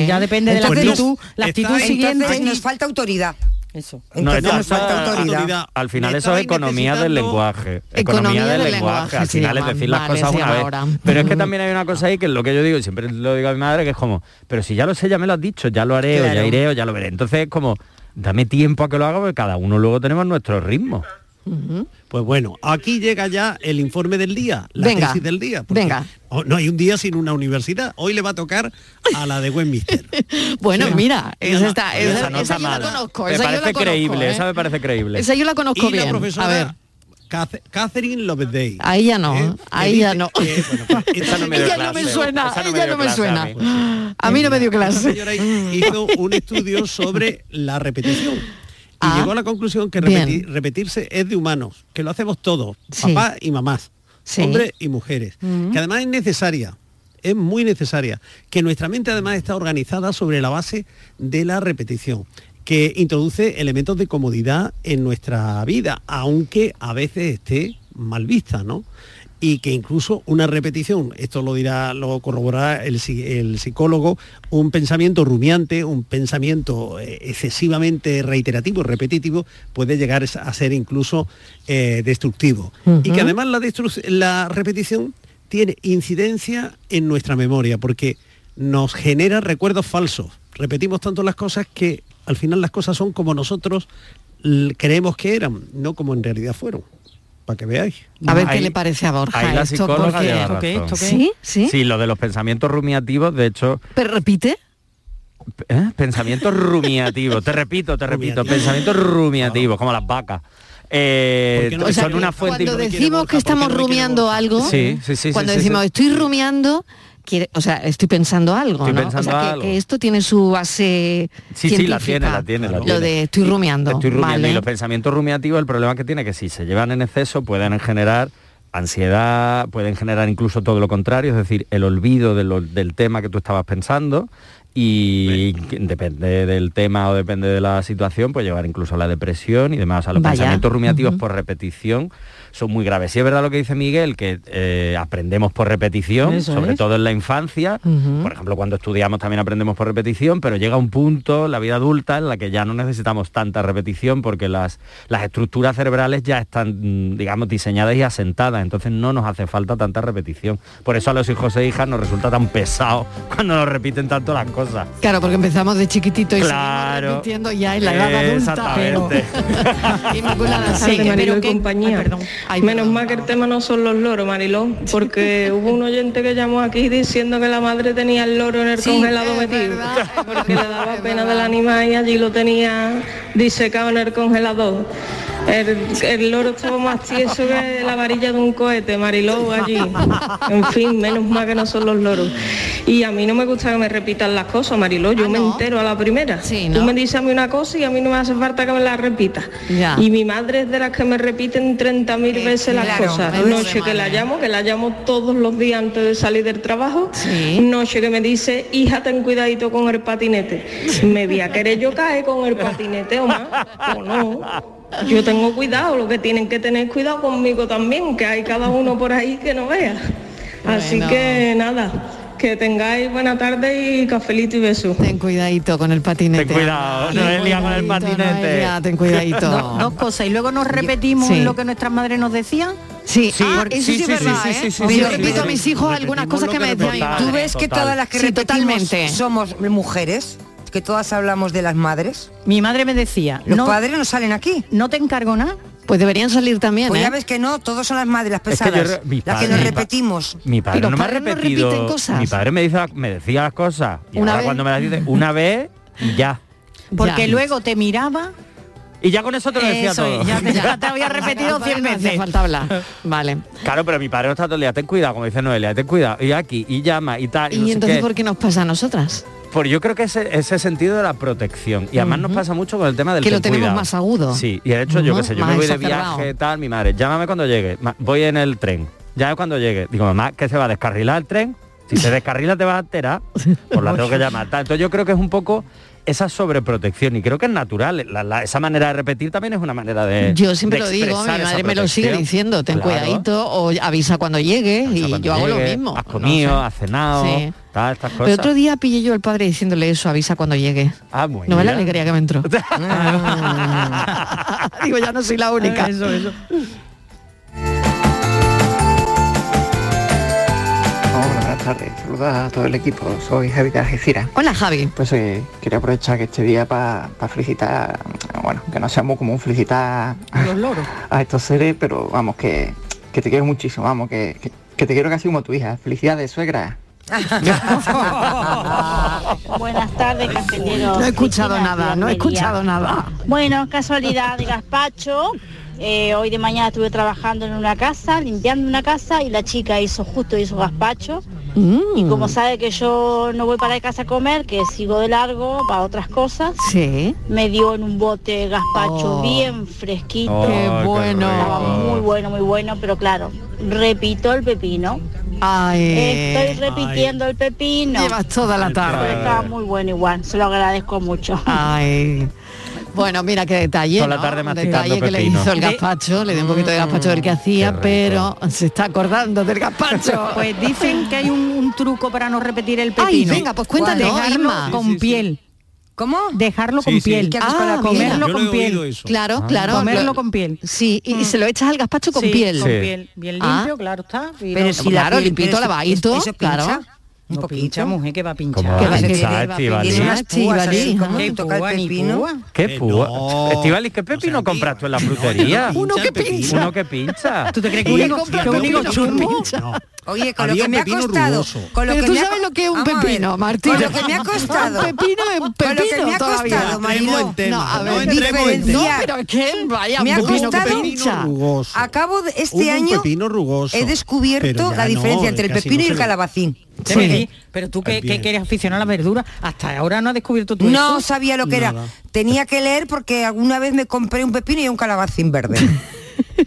Speaker 9: ya depende de
Speaker 8: Entonces,
Speaker 9: la actitud, la actitud
Speaker 8: entonces
Speaker 9: siguiente.
Speaker 8: nos falta autoridad.
Speaker 9: Eso.
Speaker 4: No,
Speaker 8: Entonces
Speaker 4: esta-
Speaker 8: nos falta autoridad.
Speaker 4: Al final eso es economía del lenguaje. Economía, del, lenguaje. Al
Speaker 3: se
Speaker 4: final es
Speaker 3: llama.
Speaker 4: decir las
Speaker 3: Vale,
Speaker 4: cosas
Speaker 3: se
Speaker 4: una
Speaker 3: llama
Speaker 4: vez.
Speaker 3: ahora. Mm.
Speaker 4: Pero es que también hay una cosa ahí que es lo que yo digo, y siempre lo digo a mi madre, que es como, pero si ya lo sé, ya me lo has dicho, ya lo haré, o ya
Speaker 3: Claro.
Speaker 4: iré, o ya lo veré. Entonces es como, dame tiempo a que lo haga, porque cada uno luego tenemos nuestro ritmo.
Speaker 6: Pues bueno, aquí llega ya el informe del día, la
Speaker 3: Venga,
Speaker 6: tesis del día. porque
Speaker 3: venga.
Speaker 6: o- No hay un día sin una universidad. Hoy le va a tocar a la de Westminster.
Speaker 3: *laughs* Bueno, mira, esa está,
Speaker 4: Oye,
Speaker 3: esa,
Speaker 4: esa no está
Speaker 3: esa yo la
Speaker 4: mal.
Speaker 3: conozco,
Speaker 4: Me
Speaker 3: esa yo
Speaker 4: parece
Speaker 3: la conozco.
Speaker 4: creíble,
Speaker 3: ¿eh?
Speaker 4: esa me parece creíble.
Speaker 3: Esa yo la conozco
Speaker 6: y
Speaker 3: bien.
Speaker 6: La profesora
Speaker 3: A ver,
Speaker 6: Cath- Catherine Lovedey.
Speaker 3: a ella no,
Speaker 6: ¿Eh?
Speaker 3: a ella no. ella no *laughs* me suena,
Speaker 6: Esa no me
Speaker 3: ella
Speaker 6: dio
Speaker 3: no me
Speaker 6: clase
Speaker 3: suena.
Speaker 6: a
Speaker 3: A mí no me dio
Speaker 6: Esta
Speaker 3: clase.
Speaker 6: señora
Speaker 3: *laughs*
Speaker 6: hizo un estudio sobre la repetición. Y
Speaker 3: Ah,
Speaker 6: llegó a la conclusión que
Speaker 3: bien.
Speaker 6: repeti- repetirse es de humanos, que lo hacemos todos,
Speaker 3: Sí.
Speaker 6: papás y mamás,
Speaker 3: Sí.
Speaker 6: hombres y mujeres,
Speaker 3: Mm.
Speaker 6: que además es necesaria, es muy necesaria, que nuestra mente además está organizada sobre la base de la repetición, que introduce elementos de comodidad en nuestra vida, aunque a veces esté mal vista, ¿no? y que incluso una repetición, esto lo dirá, lo corroborará el, psi- el psicólogo, un pensamiento rumiante, un pensamiento eh, excesivamente reiterativo, repetitivo, puede llegar a ser incluso eh, destructivo. Y
Speaker 13: Ujú.
Speaker 6: que además la, destru- la repetición tiene incidencia en nuestra memoria, porque nos genera recuerdos falsos. Repetimos tanto las cosas que al final las cosas son como nosotros l- creemos que eran, no como en realidad fueron. Para que veáis.
Speaker 3: A ver qué le parece a Borja
Speaker 4: Ahí la
Speaker 3: esto,
Speaker 4: psicóloga
Speaker 3: porque-
Speaker 4: lleva
Speaker 3: ¿Esto qué?
Speaker 4: razón.
Speaker 3: ¿Esto qué? ¿Sí? ¿Sí?
Speaker 4: lo de los pensamientos rumiativos, de hecho,
Speaker 3: *laughs* pero repite.
Speaker 4: ¿eh?
Speaker 3: *laughs*
Speaker 4: pensamientos rumiativos, te repito, te repito, pensamientos rumiativos, como las vacas. Eh,
Speaker 3: O sea,
Speaker 4: son una fuente
Speaker 3: cuando
Speaker 4: imp-
Speaker 3: decimos que estamos rumiando algo,
Speaker 4: Sí, sí, sí,
Speaker 3: cuando
Speaker 4: sí, sí,
Speaker 3: decimos
Speaker 4: sí.
Speaker 3: estoy rumiando, quiere, o sea, estoy pensando algo,
Speaker 4: Estoy
Speaker 3: ¿no?
Speaker 4: pensando
Speaker 3: o sea, que-
Speaker 4: algo.
Speaker 3: Que, esto tiene su base
Speaker 4: Sí, sí,
Speaker 3: científica.
Speaker 4: la tiene, la tiene, la
Speaker 3: Lo
Speaker 4: tiene.
Speaker 3: de estoy rumiando,
Speaker 4: Estoy rumiando
Speaker 3: vale.
Speaker 4: y los pensamientos rumiativos, el problema que tiene es que si se llevan en exceso pueden generar ansiedad, pueden generar incluso todo lo contrario, es decir, el olvido de lo- del tema que tú estabas pensando y que depende del tema o depende de la situación, puede llevar incluso a la depresión y demás. O sea, los
Speaker 13: Vaya.
Speaker 4: pensamientos rumiativos
Speaker 13: Ujú.
Speaker 4: por repetición son muy graves. Si es verdad lo que dice Miguel, que eh, aprendemos por repetición,
Speaker 13: Eso
Speaker 4: sobre
Speaker 13: es.
Speaker 4: todo en la infancia, por ejemplo, cuando estudiamos también aprendemos por repetición, pero llega un punto, en la vida adulta, en la que ya no necesitamos tanta repetición porque las, las estructuras cerebrales ya están, mm, digamos, diseñadas y asentadas, entonces no nos hace falta tanta repetición. Por eso a los hijos e hijas nos resulta tan pesado *laughs* cuando nos repiten tanto las cosas.
Speaker 3: Claro, porque empezamos de chiquitito y
Speaker 4: Claro.
Speaker 3: seguimos repitiendo ya en la edad adulta. Pero, *laughs*
Speaker 4: Exactamente.
Speaker 3: Inmaculada, sí,
Speaker 14: Tarde, Mariló
Speaker 3: pero
Speaker 14: y
Speaker 3: que
Speaker 14: compañía. Menos mal que el tema no son los loros, Mariló,
Speaker 3: *laughs*
Speaker 14: porque hubo un oyente que llamó aquí diciendo que la madre tenía el loro en el
Speaker 3: Sí,
Speaker 14: congelador
Speaker 3: es
Speaker 14: metido, porque le daba pena del animal y allí lo tenía disecado en el congelador. El, el loro estuvo más tieso que la varilla de un cohete, Mariló, allí. En fin, menos mal que no son los loros. Y a mí no me gusta que me repitan las cosas, Mariló. Yo me entero a la primera. Tú me dices a mí una cosa y a mí no me hace falta que me la repitas.
Speaker 3: Ya.
Speaker 14: Y mi madre es de las que me repiten 30.000 veces las
Speaker 3: claro,
Speaker 14: cosas.
Speaker 3: madre
Speaker 14: Noche que la llamo, que la llamo todos los días antes de salir del trabajo. Noche que me dice, hija, ten cuidadito con el patinete. Me voy a querer yo caer con el patinete o más, o no. Yo tengo cuidado, lo que tienen que tener cuidado conmigo también, que hay cada uno por ahí que no vea. Así
Speaker 3: Bueno.
Speaker 14: que nada, que tengáis buena tarde y cafelito y besos.
Speaker 3: Ten cuidadito con el patinete.
Speaker 4: Ten cuidado,
Speaker 3: Ten
Speaker 4: Noelia, con el
Speaker 3: cuidadito,
Speaker 4: patinete.
Speaker 3: Noelia,
Speaker 4: *laughs*
Speaker 3: ten cuidadito.
Speaker 9: Do- dos cosas. Y luego nos repetimos
Speaker 3: Sí.
Speaker 9: lo que nuestras madres nos decían.
Speaker 3: Sí,
Speaker 9: Sí,
Speaker 3: ah,
Speaker 9: porque-
Speaker 3: eso sí,
Speaker 9: sí,
Speaker 3: es
Speaker 9: sí,
Speaker 3: verdad,
Speaker 9: sí,
Speaker 3: ¿eh?
Speaker 9: sí, sí,
Speaker 3: Yo
Speaker 9: sí,
Speaker 3: le
Speaker 9: sí,
Speaker 3: repito a
Speaker 9: sí.
Speaker 3: mis hijos algunas cosas que me decía mi madre.
Speaker 8: ¿Tú ves que todas las que
Speaker 3: Sí,
Speaker 8: repetimos
Speaker 3: totalmente.
Speaker 8: somos mujeres? Que todas hablamos de las madres.
Speaker 9: Mi madre me decía,
Speaker 8: los
Speaker 9: no-
Speaker 8: padres no salen aquí.
Speaker 9: No te encargo nada.
Speaker 3: Pues deberían salir también,
Speaker 8: Pues ya
Speaker 9: ¿eh?
Speaker 8: ves que no, todos son las madres, las
Speaker 4: Es que yo
Speaker 8: pesadas,
Speaker 4: re- mi
Speaker 8: las que
Speaker 4: padre-
Speaker 8: nos
Speaker 4: mi pa-
Speaker 8: repetimos.
Speaker 4: Mi padre
Speaker 8: Pero
Speaker 4: no me ha
Speaker 8: padres no
Speaker 4: repetido.
Speaker 8: repiten cosas.
Speaker 4: Mi padre me, dice, me decía las cosas. Y
Speaker 9: Una
Speaker 4: ahora
Speaker 9: vez.
Speaker 4: cuando me las dice, una vez y ya.
Speaker 9: Porque
Speaker 4: Ya.
Speaker 9: luego te miraba.
Speaker 4: Y ya con eso te lo decía
Speaker 9: Eso es,
Speaker 4: todo. *laughs*
Speaker 9: ya te, ya te había repetido 100 veces.
Speaker 3: falta hablar. Vale.
Speaker 4: Claro, pero mi padre no está todo el día, ten cuidado, como dice Noelia, ten cuidado, y aquí, y llama, y tal, y, no
Speaker 3: ¿Y
Speaker 4: sé
Speaker 3: entonces
Speaker 4: qué.
Speaker 3: por qué nos pasa a nosotras?
Speaker 4: Por yo creo que ese, ese sentido de la protección. Y además nos pasa mucho con el tema del
Speaker 3: Que lo
Speaker 4: ten
Speaker 3: tenemos
Speaker 4: cuidado.
Speaker 3: más agudo.
Speaker 4: Sí, y de hecho yo
Speaker 3: Ujú,
Speaker 4: qué sé, yo
Speaker 3: más
Speaker 4: me voy de
Speaker 3: exacerbado.
Speaker 4: viaje, tal, mi madre, llámame cuando llegue, ma- voy en el tren, ya cuando llegue. Digo, mamá, que se va a descarrilar el tren, si se descarrila te vas a alterar, pues la
Speaker 3: *laughs*
Speaker 4: tengo que llamar. tal. Entonces yo creo que es un poco esa sobreprotección y creo que es natural. La- la- esa manera de repetir también es una manera de
Speaker 3: Yo siempre
Speaker 4: de
Speaker 3: lo digo, mi
Speaker 4: expresar esa
Speaker 3: madre me lo sigue
Speaker 4: protección.
Speaker 3: diciendo, ten
Speaker 4: Claro.
Speaker 3: cuidadito o avisa cuando llegue y
Speaker 4: cuando
Speaker 3: yo hago lo
Speaker 4: llegue,
Speaker 3: mismo.
Speaker 4: Has comido,
Speaker 3: No sé.
Speaker 4: has cenado,
Speaker 3: Sí.
Speaker 4: tal, estas cosas.
Speaker 3: Pero otro día pillé yo al padre diciéndole eso, avisa cuando llegue.
Speaker 4: Ah, muy
Speaker 3: No me la
Speaker 4: bien.
Speaker 3: alegría que me entró. Ah, Digo, ya no soy la única.
Speaker 9: Eso, eso.
Speaker 15: Hola, buenas tardes. Saludos a todo el equipo. Soy Javi de Algeciras.
Speaker 3: Hola, Javi.
Speaker 15: Pues eh, quería aprovechar que este día para felicitar, bueno, que no sea muy común felicitar
Speaker 9: Los loros.
Speaker 15: a estos seres, pero vamos, que, que te quiero muchísimo, vamos, que, que- que te quiero casi como tu hija. Felicidades, suegra.
Speaker 16: Buenas tardes, cafetero.
Speaker 3: No he escuchado nada, no he escuchado nada.
Speaker 16: Bueno, casualidad de gazpacho. Eh, hoy de mañana estuve trabajando en una casa, limpiando una casa y la chica hizo justo hizo gazpacho.
Speaker 3: Mm.
Speaker 16: Y como sabe que yo no voy para casa a comer, que sigo de largo para otras cosas,
Speaker 3: Sí.
Speaker 16: me dio en un bote gazpacho
Speaker 3: Oh.
Speaker 16: bien fresquito.
Speaker 3: Qué Ay, qué bueno.
Speaker 16: Estaba
Speaker 3: rico.
Speaker 16: muy bueno, muy bueno, pero claro, repito el pepino. Estoy repitiendo el pepino.
Speaker 3: Llevas toda la tarde.
Speaker 16: Pero estaba muy bueno igual, se lo agradezco mucho.
Speaker 3: Ay. Bueno, mira qué detalle.
Speaker 4: Toda la
Speaker 3: ¿no?
Speaker 4: tarde
Speaker 3: Un
Speaker 4: masticando
Speaker 3: detalle que le
Speaker 4: pepino. Mm,
Speaker 3: hizo el gazpacho, le dio un poquito de gazpacho del que hacía, pero se está acordando del gazpacho.
Speaker 9: Pues dicen que hay un, un truco para no repetir el pepino.
Speaker 3: venga, pues cuéntanos,
Speaker 9: Dejarlo
Speaker 3: Inma.
Speaker 9: con piel.
Speaker 8: ¿Cómo?
Speaker 9: Dejarlo con
Speaker 3: Sí, sí.
Speaker 9: piel. Ah,
Speaker 3: ¿Qué haces con la piel?
Speaker 9: comerlo
Speaker 3: Yo no
Speaker 9: con
Speaker 3: he
Speaker 9: piel.
Speaker 3: oído eso. Claro, claro,
Speaker 9: Comerlo
Speaker 3: lo-
Speaker 9: con piel.
Speaker 3: Sí, y, y se lo echas al gazpacho Mm. con
Speaker 9: Sí, Ah.
Speaker 3: piel.
Speaker 9: Con piel. Bien limpio, claro está. y
Speaker 3: Pero
Speaker 9: no-
Speaker 3: si la Claro, piel- limpito, pero eso- lavadito, eso pincha, claro.
Speaker 9: Un poquito. Pincha, mujer, que va a pinchar.
Speaker 4: ¿Cómo va a
Speaker 9: Que va- que-
Speaker 4: pinchar, este
Speaker 9: que va a pinchar.
Speaker 4: Estivali?
Speaker 9: Tiene
Speaker 3: Ah,
Speaker 9: unas
Speaker 4: Estivali,
Speaker 9: púas así,
Speaker 4: ¿cómo
Speaker 9: ¿cómo
Speaker 4: te
Speaker 9: ni
Speaker 4: toca el
Speaker 9: púa, ni
Speaker 4: pepino?
Speaker 9: púa.
Speaker 4: *laughs* ¿Qué púa? Estivalis, ¿qué pepino compras tú en la frutería?
Speaker 9: no Uno que pincha el pepino. pincha.
Speaker 4: Uno que pincha.
Speaker 9: ¿Tú te crees que un higo- que un higo chumbo?
Speaker 8: Oye, con lo
Speaker 4: Había
Speaker 8: que
Speaker 4: un
Speaker 8: me ha
Speaker 4: pepino
Speaker 8: costado.
Speaker 4: rugoso.
Speaker 8: Con lo
Speaker 3: Pero
Speaker 8: que
Speaker 3: tú
Speaker 8: me ha
Speaker 3: sabes
Speaker 8: co-
Speaker 3: lo que es un
Speaker 8: Vamos a ver,
Speaker 3: pepino, Martín.
Speaker 8: Con lo que me ha costado.
Speaker 3: Un pepino es un
Speaker 8: Con lo que
Speaker 3: pepino
Speaker 8: me ha
Speaker 3: todavía.
Speaker 8: costado, Mariló.
Speaker 3: No, a
Speaker 8: No
Speaker 3: ver,
Speaker 8: entremos en
Speaker 3: no,
Speaker 8: tema.
Speaker 3: pero es que vaya
Speaker 8: me ha
Speaker 3: un pepino que
Speaker 8: costado
Speaker 3: pincha.
Speaker 8: Acabo de este
Speaker 3: Hubo un
Speaker 8: año
Speaker 3: pepino rugoso,
Speaker 8: he
Speaker 3: pero
Speaker 8: descubierto
Speaker 3: ya
Speaker 8: la
Speaker 3: no,
Speaker 8: diferencia entre el
Speaker 3: casi
Speaker 8: pepino
Speaker 3: no
Speaker 8: y
Speaker 3: se
Speaker 8: el
Speaker 3: le-
Speaker 8: calabacín.
Speaker 9: Sí, Pero tú que, que- que eres aficionado a la verdura, hasta ahora no has descubierto tú
Speaker 8: No
Speaker 9: eso.
Speaker 8: sabía lo que era. Tenía que leer porque alguna vez me compré un pepino y un calabacín verde.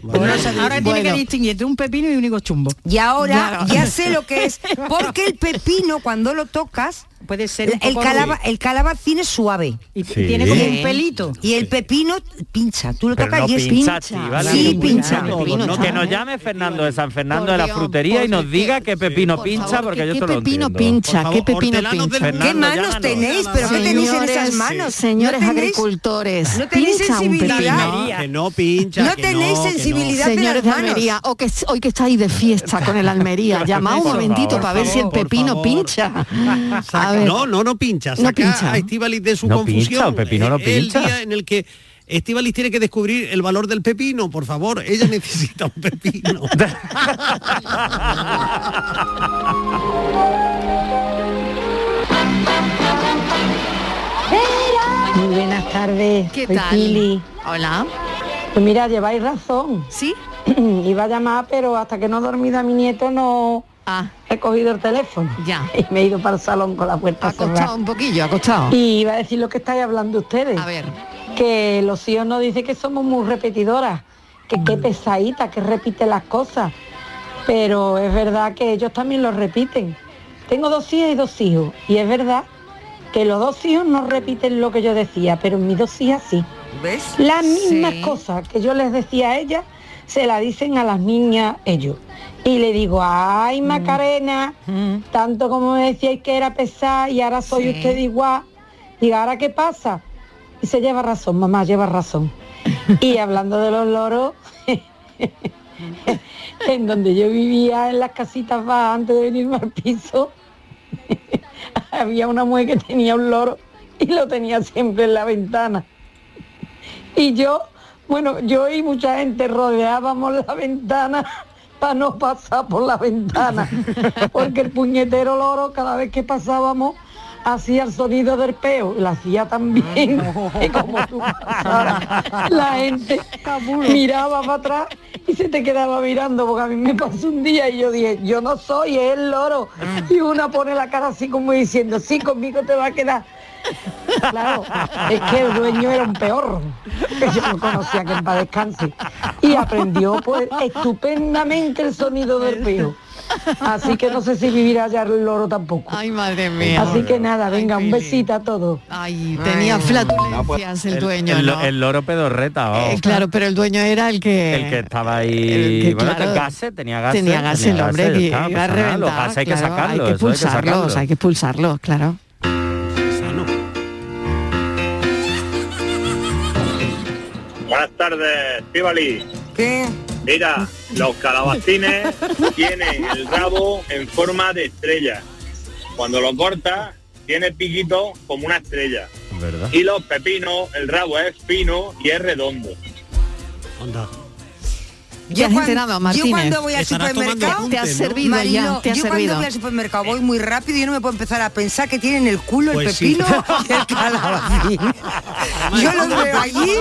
Speaker 9: Bueno, ahora tiene que distinguir entre un pepino y un higo chumbo.
Speaker 8: Y ahora
Speaker 9: Ya.
Speaker 8: ya sé lo que es, porque el pepino cuando lo tocas
Speaker 9: puede ser un
Speaker 8: el,
Speaker 9: poco-
Speaker 8: calaba- el calabacín es suave y
Speaker 4: Sí. tiene como un
Speaker 9: pelito
Speaker 8: y el pepino pincha, tú lo
Speaker 4: Pero
Speaker 8: tocas
Speaker 4: no
Speaker 8: y es
Speaker 4: pincha, activa, la
Speaker 8: Sí,
Speaker 4: pepino.
Speaker 8: pincha.
Speaker 4: No, no, que nos llame Fernando de San Fernando de la frutería y nos diga qué pepino pincha, porque yo
Speaker 3: ¿qué
Speaker 4: esto lo
Speaker 3: pepino
Speaker 4: entiendo.
Speaker 3: pincha?
Speaker 4: Por favor,
Speaker 3: ¿Qué pepino
Speaker 4: hortelanos del
Speaker 3: pincha?
Speaker 4: mundo,
Speaker 3: ¿Qué manos
Speaker 4: llámanos.
Speaker 8: tenéis? ¿Pero qué tenéis en esas manos?
Speaker 3: Señores
Speaker 8: ¿No tenéis-
Speaker 3: agricultores,
Speaker 8: no tenéis
Speaker 3: pincha un
Speaker 8: sensibilidad?
Speaker 3: pepino.
Speaker 8: No,
Speaker 6: que no pincha.
Speaker 3: No
Speaker 6: que
Speaker 3: tenéis
Speaker 6: no, que no.
Speaker 3: sensibilidad Señores de Almería, o que, s- hoy que estáis de fiesta con
Speaker 4: *laughs*
Speaker 3: el Almería, llamad un
Speaker 6: Por
Speaker 3: momentito
Speaker 6: favor,
Speaker 3: para ver si el
Speaker 6: por
Speaker 3: pepino
Speaker 6: favor.
Speaker 3: pincha. A ver.
Speaker 6: No, no, no pincha.
Speaker 3: No
Speaker 6: Saca
Speaker 3: pincha.
Speaker 6: a Estíbaliz de su
Speaker 4: No pincha,
Speaker 6: confusión.
Speaker 4: el pepino no
Speaker 6: Es el
Speaker 4: pincha.
Speaker 6: día en el que Estíbaliz tiene que descubrir el valor del pepino, por favor. Ella *laughs* necesita un pepino.
Speaker 13: Muy buenas tardes.
Speaker 3: ¿Qué
Speaker 13: Soy
Speaker 3: tal?
Speaker 13: Pili.
Speaker 3: Hola.
Speaker 13: Pues mira, lleváis razón. Sí. *clears throat* Iba a llamar, pero hasta que no dormida mi nieto no he cogido el teléfono.
Speaker 3: Ah. Ya.
Speaker 13: *laughs* Y me he ido para el salón con la puerta cerrada.
Speaker 3: Acostado un poquillo, acostado.
Speaker 13: Y iba a decir lo que estáis hablando ustedes. A ver. Que los hijos nos dicen que somos muy repetidoras, que
Speaker 3: Mm.
Speaker 13: qué pesadita, que repite las cosas. Pero es verdad que ellos también lo repiten. Tengo dos hijas y dos hijos. Y es verdad que los dos hijos no repiten lo que yo decía, pero mis dos hijas sí.
Speaker 8: ¿Ves?
Speaker 13: Las mismas cosas que yo les decía a ellas, se la dicen a las niñas ellos. Y le digo, ay Macarena,
Speaker 17: Mm.
Speaker 13: tanto como me decíais que era pesada y ahora soy
Speaker 18: Sí.
Speaker 13: usted igual. Digo, ¿ahora qué pasa? Y se lleva razón, mamá, lleva razón. y hablando de los loros, *laughs* en donde yo vivía en las casitas bajas antes de venirme al piso, *laughs* había una mujer que tenía un loro y lo tenía siempre en la ventana. Y yo, bueno, yo y mucha gente rodeábamos la ventana *laughs* para no pasar por la ventana, porque el puñetero loro cada vez que pasábamos hacía el sonido del peo, y lo hacía también, *laughs* que como tú pasaras, la gente miraba para atrás y se te quedaba mirando, porque a mí me pasó un día y yo dije, yo no soy, es el loro, y una pone la cara así como diciendo, sí, conmigo te va a quedar. Claro, es que el dueño era un peor, que yo no conocía que en paz descanse. Y aprendió pues estupendamente el sonido del peo. Así que no sé si vivirá ya el loro tampoco. Ay, madre
Speaker 3: mía.
Speaker 13: Así que nada, venga, un besito a todos. Ay,
Speaker 3: Tenía flatulencias el dueño,
Speaker 4: el,
Speaker 3: ¿no?
Speaker 4: el loro pedorreta, oh.
Speaker 3: Eh, claro, pero el dueño era el que...
Speaker 4: El que estaba ahí,
Speaker 3: El que,
Speaker 4: bueno,
Speaker 3: claro,
Speaker 4: gases, tenía gases.
Speaker 3: Tenía gas el hombre
Speaker 4: gases, ya
Speaker 3: que
Speaker 4: está,
Speaker 3: iba
Speaker 4: pasa
Speaker 3: a
Speaker 4: nada, Los
Speaker 3: reventar,
Speaker 4: gases hay que
Speaker 3: claro,
Speaker 4: sacarlos,
Speaker 3: Hay
Speaker 4: eso
Speaker 3: que
Speaker 4: hay que
Speaker 3: pulsarlos,
Speaker 4: sacarlos.
Speaker 3: hay que pulsarlos, claro.
Speaker 19: Buenas tardes, Tibali. ¿Qué? Mira, los calabacines tienen el rabo en forma de estrella. Cuando lo cortas, tiene piquito como una estrella.
Speaker 4: ¿Verdad?
Speaker 19: Y los pepinos, el rabo es fino y es redondo.
Speaker 3: ¿Te has
Speaker 8: cuan-
Speaker 3: enterado,
Speaker 8: yo
Speaker 3: Martínez?
Speaker 8: cuando voy al
Speaker 3: Estarás tomando
Speaker 8: supermercado,
Speaker 3: apuntes, Te has ¿no? servido ya,
Speaker 8: Mariló,
Speaker 3: te has
Speaker 8: yo
Speaker 3: servido.
Speaker 8: cuando voy al supermercado voy muy rápido y yo no me puedo empezar a pensar que tienen el culo, el
Speaker 1: Pues sí.
Speaker 4: *laughs*
Speaker 8: pepino y el calabacín. yo los veo allí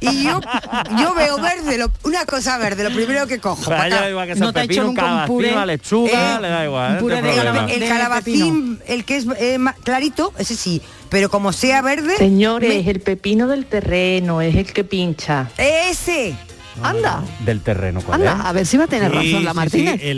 Speaker 8: y yo, yo veo verde, lo- una cosa verde, lo primero que cojo.
Speaker 4: Pero a
Speaker 8: para
Speaker 4: ella
Speaker 8: acá.
Speaker 4: le da igual que sea pepino, un calabacín, una
Speaker 3: Eh,
Speaker 4: lechuga, le da igual, no hay
Speaker 8: el-
Speaker 4: problema.
Speaker 8: el
Speaker 4: de
Speaker 8: calabacín, el que es eh, ma- clarito, ese sí, pero como sea verde...
Speaker 18: Señores, el pepino del terreno es el que pincha.
Speaker 8: ¡Ese!
Speaker 3: Anda,
Speaker 4: Del terreno, ¿cuál es?
Speaker 3: anda, a ver si va a tener
Speaker 4: Sí,
Speaker 3: razón la
Speaker 4: sí,
Speaker 3: Martínez.
Speaker 4: sí,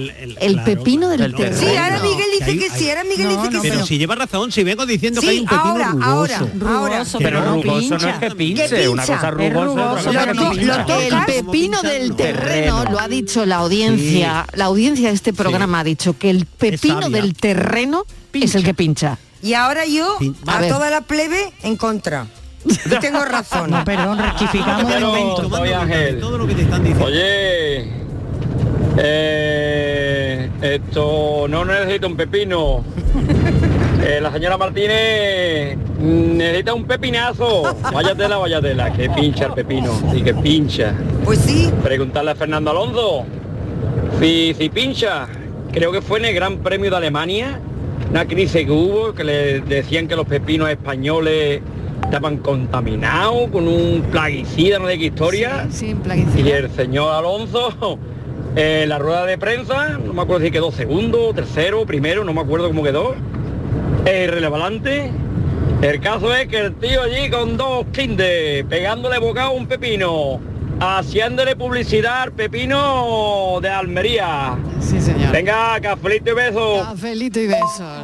Speaker 3: el pepino del terreno.
Speaker 8: Sí, ahora Miguel
Speaker 6: Que
Speaker 8: dice
Speaker 6: hay-
Speaker 8: que sí,
Speaker 6: hay-
Speaker 8: ahora Miguel dice que sí.
Speaker 6: pero, si lleva razón, si vengo diciendo que hay un pepino
Speaker 8: ahora,
Speaker 6: rugoso.
Speaker 8: ahora, ahora.
Speaker 6: Que
Speaker 4: pero
Speaker 6: no
Speaker 4: rugoso no es
Speaker 6: pincha.
Speaker 4: que pinche, una cosa rugosa es otra cosa
Speaker 3: Lo
Speaker 4: que
Speaker 3: to-
Speaker 4: pincha.
Speaker 3: el pepino del terreno, lo ha dicho la audiencia. La audiencia de este programa ha dicho que el pepino del terreno es el que pincha.
Speaker 8: Y ahora yo,
Speaker 3: Pin-
Speaker 8: a,
Speaker 3: A ver.
Speaker 8: toda la plebe, en contra. Yo tengo razón.
Speaker 9: No, perdón, rectificamos el momento.
Speaker 19: Soy Ángel. Oye, eh, esto no necesita
Speaker 8: *laughs*
Speaker 19: un pepino. Eh, la señora Martínez mm, necesita un pepinazo. Váyatela, váyatela, que pincha el pepino. Sí, que pincha.
Speaker 8: Pues sí.
Speaker 19: Preguntarle a Fernando Alonso si, si pincha. Creo que fue en el Gran Premio de Alemania, una crisis que hubo, que le decían que los pepinos españoles estaban contaminados con un plaguicida, no sé qué historia. Y el señor Alonso, *laughs* en la rueda de prensa, no me acuerdo si quedó segundo, tercero, primero, no me acuerdo cómo quedó. Es irrelevante. El caso es que el tío allí con dos kindes, pegándole bocado a un pepino. haciéndole publicidad al pepino de Almería. Sí, señor. Venga, cafelito y beso.
Speaker 3: Cafelito y besos.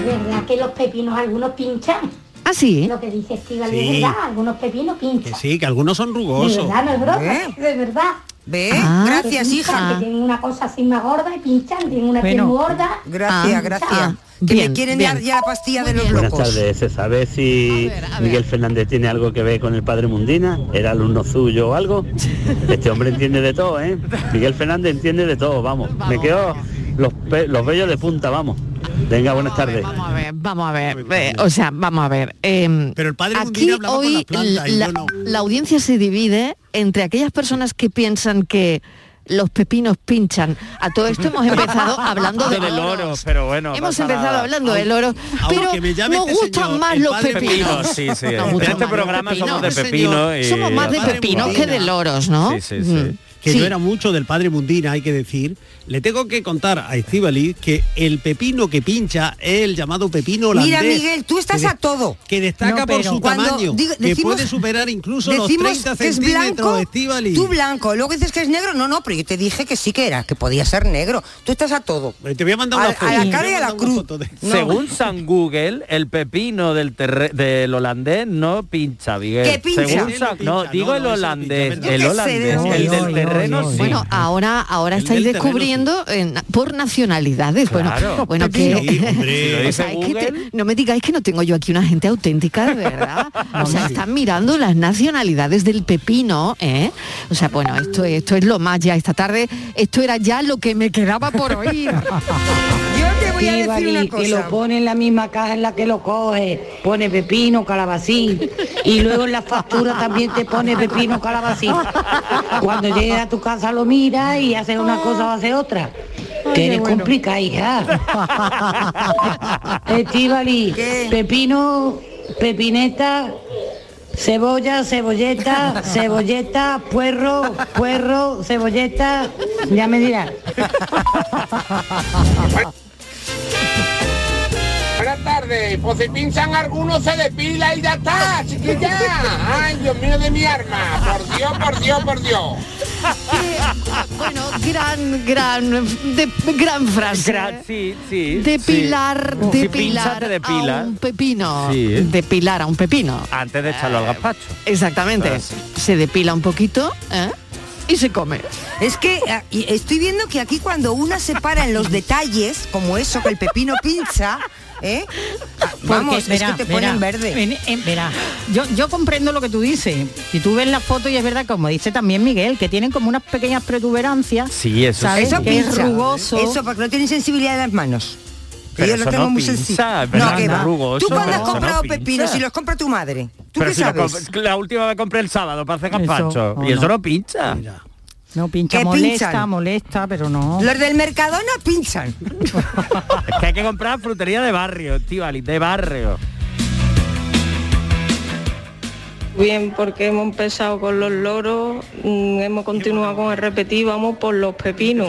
Speaker 17: Es verdad que los pepinos algunos pinchan.
Speaker 3: Ah, sí.
Speaker 17: Lo que dice Estíbal
Speaker 6: Sí.
Speaker 17: es verdad, algunos pepinos
Speaker 6: Que
Speaker 17: pinchan.
Speaker 6: sí, que algunos son
Speaker 17: De
Speaker 6: rugosos.
Speaker 17: verdad, no es broma,
Speaker 3: ¿Eh?
Speaker 17: de verdad.
Speaker 8: ¿Eh? ¿Ve?
Speaker 6: Ah.
Speaker 8: gracias,
Speaker 17: Que pinchan,
Speaker 8: hija.
Speaker 17: Que tienen una cosa así más gorda y pinchan, tienen una piel
Speaker 8: Bueno.
Speaker 17: muy gorda.
Speaker 8: Gracias,
Speaker 17: Ah.
Speaker 8: gracias.
Speaker 17: Ah.
Speaker 8: que
Speaker 17: bien,
Speaker 8: me quieren
Speaker 17: bien.
Speaker 8: dar ya la pastilla de los
Speaker 20: Buenas
Speaker 8: locos.
Speaker 20: tardes, ¿se sabe si Miguel Fernández tiene algo que ver con el padre Mundina? ¿Era alumno suyo o algo? Este hombre entiende de todo, ¿eh? Miguel Fernández entiende de todo, vamos. Me quedo los, pe- los vellos de punta, vamos. Venga, buenas tardes.
Speaker 3: Vamos a ver, vamos a ver. eh, o sea, vamos a ver. Pero el
Speaker 20: padre
Speaker 3: aquí
Speaker 20: Mundina hablaba con
Speaker 3: hoy
Speaker 20: las plantas y
Speaker 3: la,
Speaker 20: yo no.
Speaker 3: la audiencia se divide entre aquellas personas que piensan que los pepinos pinchan. A todo esto hemos empezado
Speaker 20: *laughs*
Speaker 3: hablando
Speaker 4: *laughs*
Speaker 3: de
Speaker 4: del
Speaker 3: loros.
Speaker 4: oro, pero bueno.
Speaker 3: Hemos
Speaker 4: pasa
Speaker 3: empezado
Speaker 4: nada.
Speaker 3: hablando del oro, pero
Speaker 4: aunque me llame
Speaker 3: nos
Speaker 4: este
Speaker 3: gustan
Speaker 4: señor
Speaker 3: más
Speaker 4: el
Speaker 3: los
Speaker 4: padre
Speaker 3: pepinos.
Speaker 4: Pepino, sí, sí,
Speaker 3: Nos
Speaker 4: en
Speaker 3: gustan
Speaker 4: este
Speaker 3: más los
Speaker 4: programa somos de
Speaker 3: señor.
Speaker 4: pepinos y-
Speaker 6: eh,
Speaker 3: Somos más de pepinos que de loros, ¿no? Mm.
Speaker 6: Sí, sí, sí. Que yo era mucho del padre Mundina, hay que decir. Le tengo que contar a Estíbaliz que el pepino que pincha es el llamado pepino
Speaker 8: Mira,
Speaker 6: holandés.
Speaker 8: Miguel, tú estás
Speaker 6: que de-
Speaker 8: a todo.
Speaker 6: Que destaca por su
Speaker 8: cuando
Speaker 6: tamaño,
Speaker 8: digo-
Speaker 6: que puede superar incluso los
Speaker 8: decimos
Speaker 6: 30
Speaker 8: que es
Speaker 6: centímetros,
Speaker 8: blanco,
Speaker 6: Estíbaliz.
Speaker 8: Tú blanco, luego dices que es negro. No, no, pero yo te dije que sí que era, que podía ser negro. Tú estás a todo.
Speaker 6: Eh, Te voy a mandar
Speaker 8: a,
Speaker 6: una foto.
Speaker 8: a la
Speaker 6: Te
Speaker 8: cara
Speaker 6: voy
Speaker 8: y
Speaker 6: a
Speaker 8: a la
Speaker 6: mandar una
Speaker 8: cruz.
Speaker 6: foto de-
Speaker 8: No.
Speaker 4: Según San Google, el pepino del, terre- del holandés no pincha, Miguel.
Speaker 3: ¿Qué pincha?
Speaker 4: Según
Speaker 3: Ese
Speaker 4: San- no, digo el holandés,
Speaker 3: Yo
Speaker 4: el
Speaker 3: qué sé,
Speaker 4: holandés,
Speaker 3: ¿no?
Speaker 4: el del terreno sí.
Speaker 3: Bueno, ahora, ahora estáis
Speaker 4: del terreno,
Speaker 3: descubriendo eh, na- por nacionalidades.
Speaker 4: Claro.
Speaker 3: Bueno, bueno *laughs* que,
Speaker 4: Sí,
Speaker 15: *laughs*
Speaker 4: hombre.
Speaker 3: o
Speaker 4: Si lo
Speaker 15: Pues
Speaker 4: dice
Speaker 3: sea, es que te- no me digáis que no tengo yo aquí una gente auténtica, de verdad. O sea, están mirando las nacionalidades del pepino, ¿eh? O sea, bueno, esto, esto es lo más ya esta tarde. Esto era ya lo que me quedaba por
Speaker 4: *laughs*
Speaker 3: *laughs* oír.
Speaker 8: voy a decir una
Speaker 17: Que
Speaker 8: cosa.
Speaker 17: lo pone en la misma caja en la que lo coge. Pone pepino, calabacín. Y luego en la factura también te pone pepino, calabacín. Cuando llegues a tu casa lo mira y haces
Speaker 8: Ah.
Speaker 17: una cosa o haces otra. Que eres complicada,
Speaker 8: *laughs*
Speaker 17: hija. Estivali, pepino, pepineta, Cebolla, cebolleta, cebolleta, puerro, puerro, cebolleta, ya me
Speaker 8: *laughs*
Speaker 17: dirás.
Speaker 21: Buenas tardes, pues si pinchan algunos se depila y ya está, chiquilla. Ay, Dios mío de mi arma. Por Dios, por Dios, por Dios.
Speaker 3: bueno, gran, gran, de, gran frase.
Speaker 4: Gran- sí, sí,
Speaker 3: Depilar,
Speaker 4: sí. Si pincha,
Speaker 3: depilar
Speaker 4: te
Speaker 3: a
Speaker 4: depila.
Speaker 3: un pepino.
Speaker 4: Sí, ¿eh?
Speaker 3: Depilar a un pepino. Eh,
Speaker 4: Antes de echarlo al gazpacho. Ah,
Speaker 3: Exactamente.
Speaker 4: Entonces,
Speaker 3: Se depila un poquito ¿eh? y se come.
Speaker 8: Es que ah, y estoy viendo que aquí cuando una se para en los detalles, como eso, que el pepino pincha, ¿eh? Ah, Vamos, es que te ponen verde.
Speaker 9: ven, en- verá, yo, yo comprendo lo que tú dices. Y tú ves la foto y es verdad, como dice también Miguel, que tienen como unas pequeñas protuberancias.
Speaker 4: Sí, eso
Speaker 9: ¿sabes?
Speaker 4: sí.
Speaker 9: Que es
Speaker 4: pincha.
Speaker 9: rugoso.
Speaker 8: Eso, porque no tienen sensibilidad de las manos. Que
Speaker 4: Pero
Speaker 8: yo lo
Speaker 4: eso
Speaker 8: tengo
Speaker 4: no
Speaker 8: muy
Speaker 4: pinza,
Speaker 8: sencillo.
Speaker 4: es verdad,
Speaker 8: No, que
Speaker 4: no
Speaker 8: va.
Speaker 4: es rugoso,
Speaker 8: Tú cuando
Speaker 4: pero
Speaker 8: has
Speaker 4: eso no
Speaker 8: comprado
Speaker 4: pinza.
Speaker 8: pepinos y los compra tu madre. ¿Tú
Speaker 4: Pero
Speaker 8: qué
Speaker 4: si lo
Speaker 8: sabes?
Speaker 4: comp- la última vez compré el sábado para hacer
Speaker 9: Eso,
Speaker 4: gazpacho.
Speaker 3: Oh,
Speaker 9: o
Speaker 4: y eso
Speaker 9: no.
Speaker 4: no, pincha.
Speaker 9: No pincha,
Speaker 8: ¿Qué
Speaker 9: molesta,
Speaker 8: pinchan?
Speaker 9: molesta, pero no.
Speaker 8: Los del Mercadona pinchan.
Speaker 4: Es que hay que comprar frutería de barrio, tío, de barrio.
Speaker 14: Bien, porque hemos empezado con los loros, mm, hemos continuado con el repetir, vamos por los
Speaker 3: *laughs*
Speaker 14: pepinos.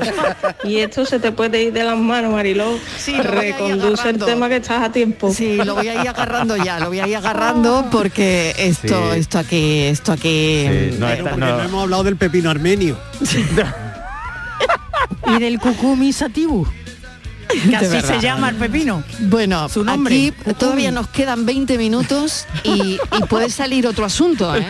Speaker 14: y esto se te puede ir de las manos, Mariló.
Speaker 3: Sí, lo voy a ir
Speaker 14: Reconduce el
Speaker 3: agarrando.
Speaker 14: tema que estás a tiempo.
Speaker 3: Sí, lo voy a ir agarrando ya, lo voy a ir
Speaker 14: *laughs*
Speaker 8: Ah.
Speaker 3: agarrando porque esto, esto aquí, esto aquí.
Speaker 6: Sí, no,
Speaker 3: eh,
Speaker 6: esta- no. no hemos hablado del pepino armenio. *laughs*
Speaker 9: y del cucumi satibu. Que
Speaker 3: De
Speaker 9: así
Speaker 3: verdad.
Speaker 9: se llama el pepino.
Speaker 3: Bueno,
Speaker 9: su nombre.
Speaker 3: Aquí todavía nos quedan 20 minutos y, y puede salir otro asunto, ¿eh?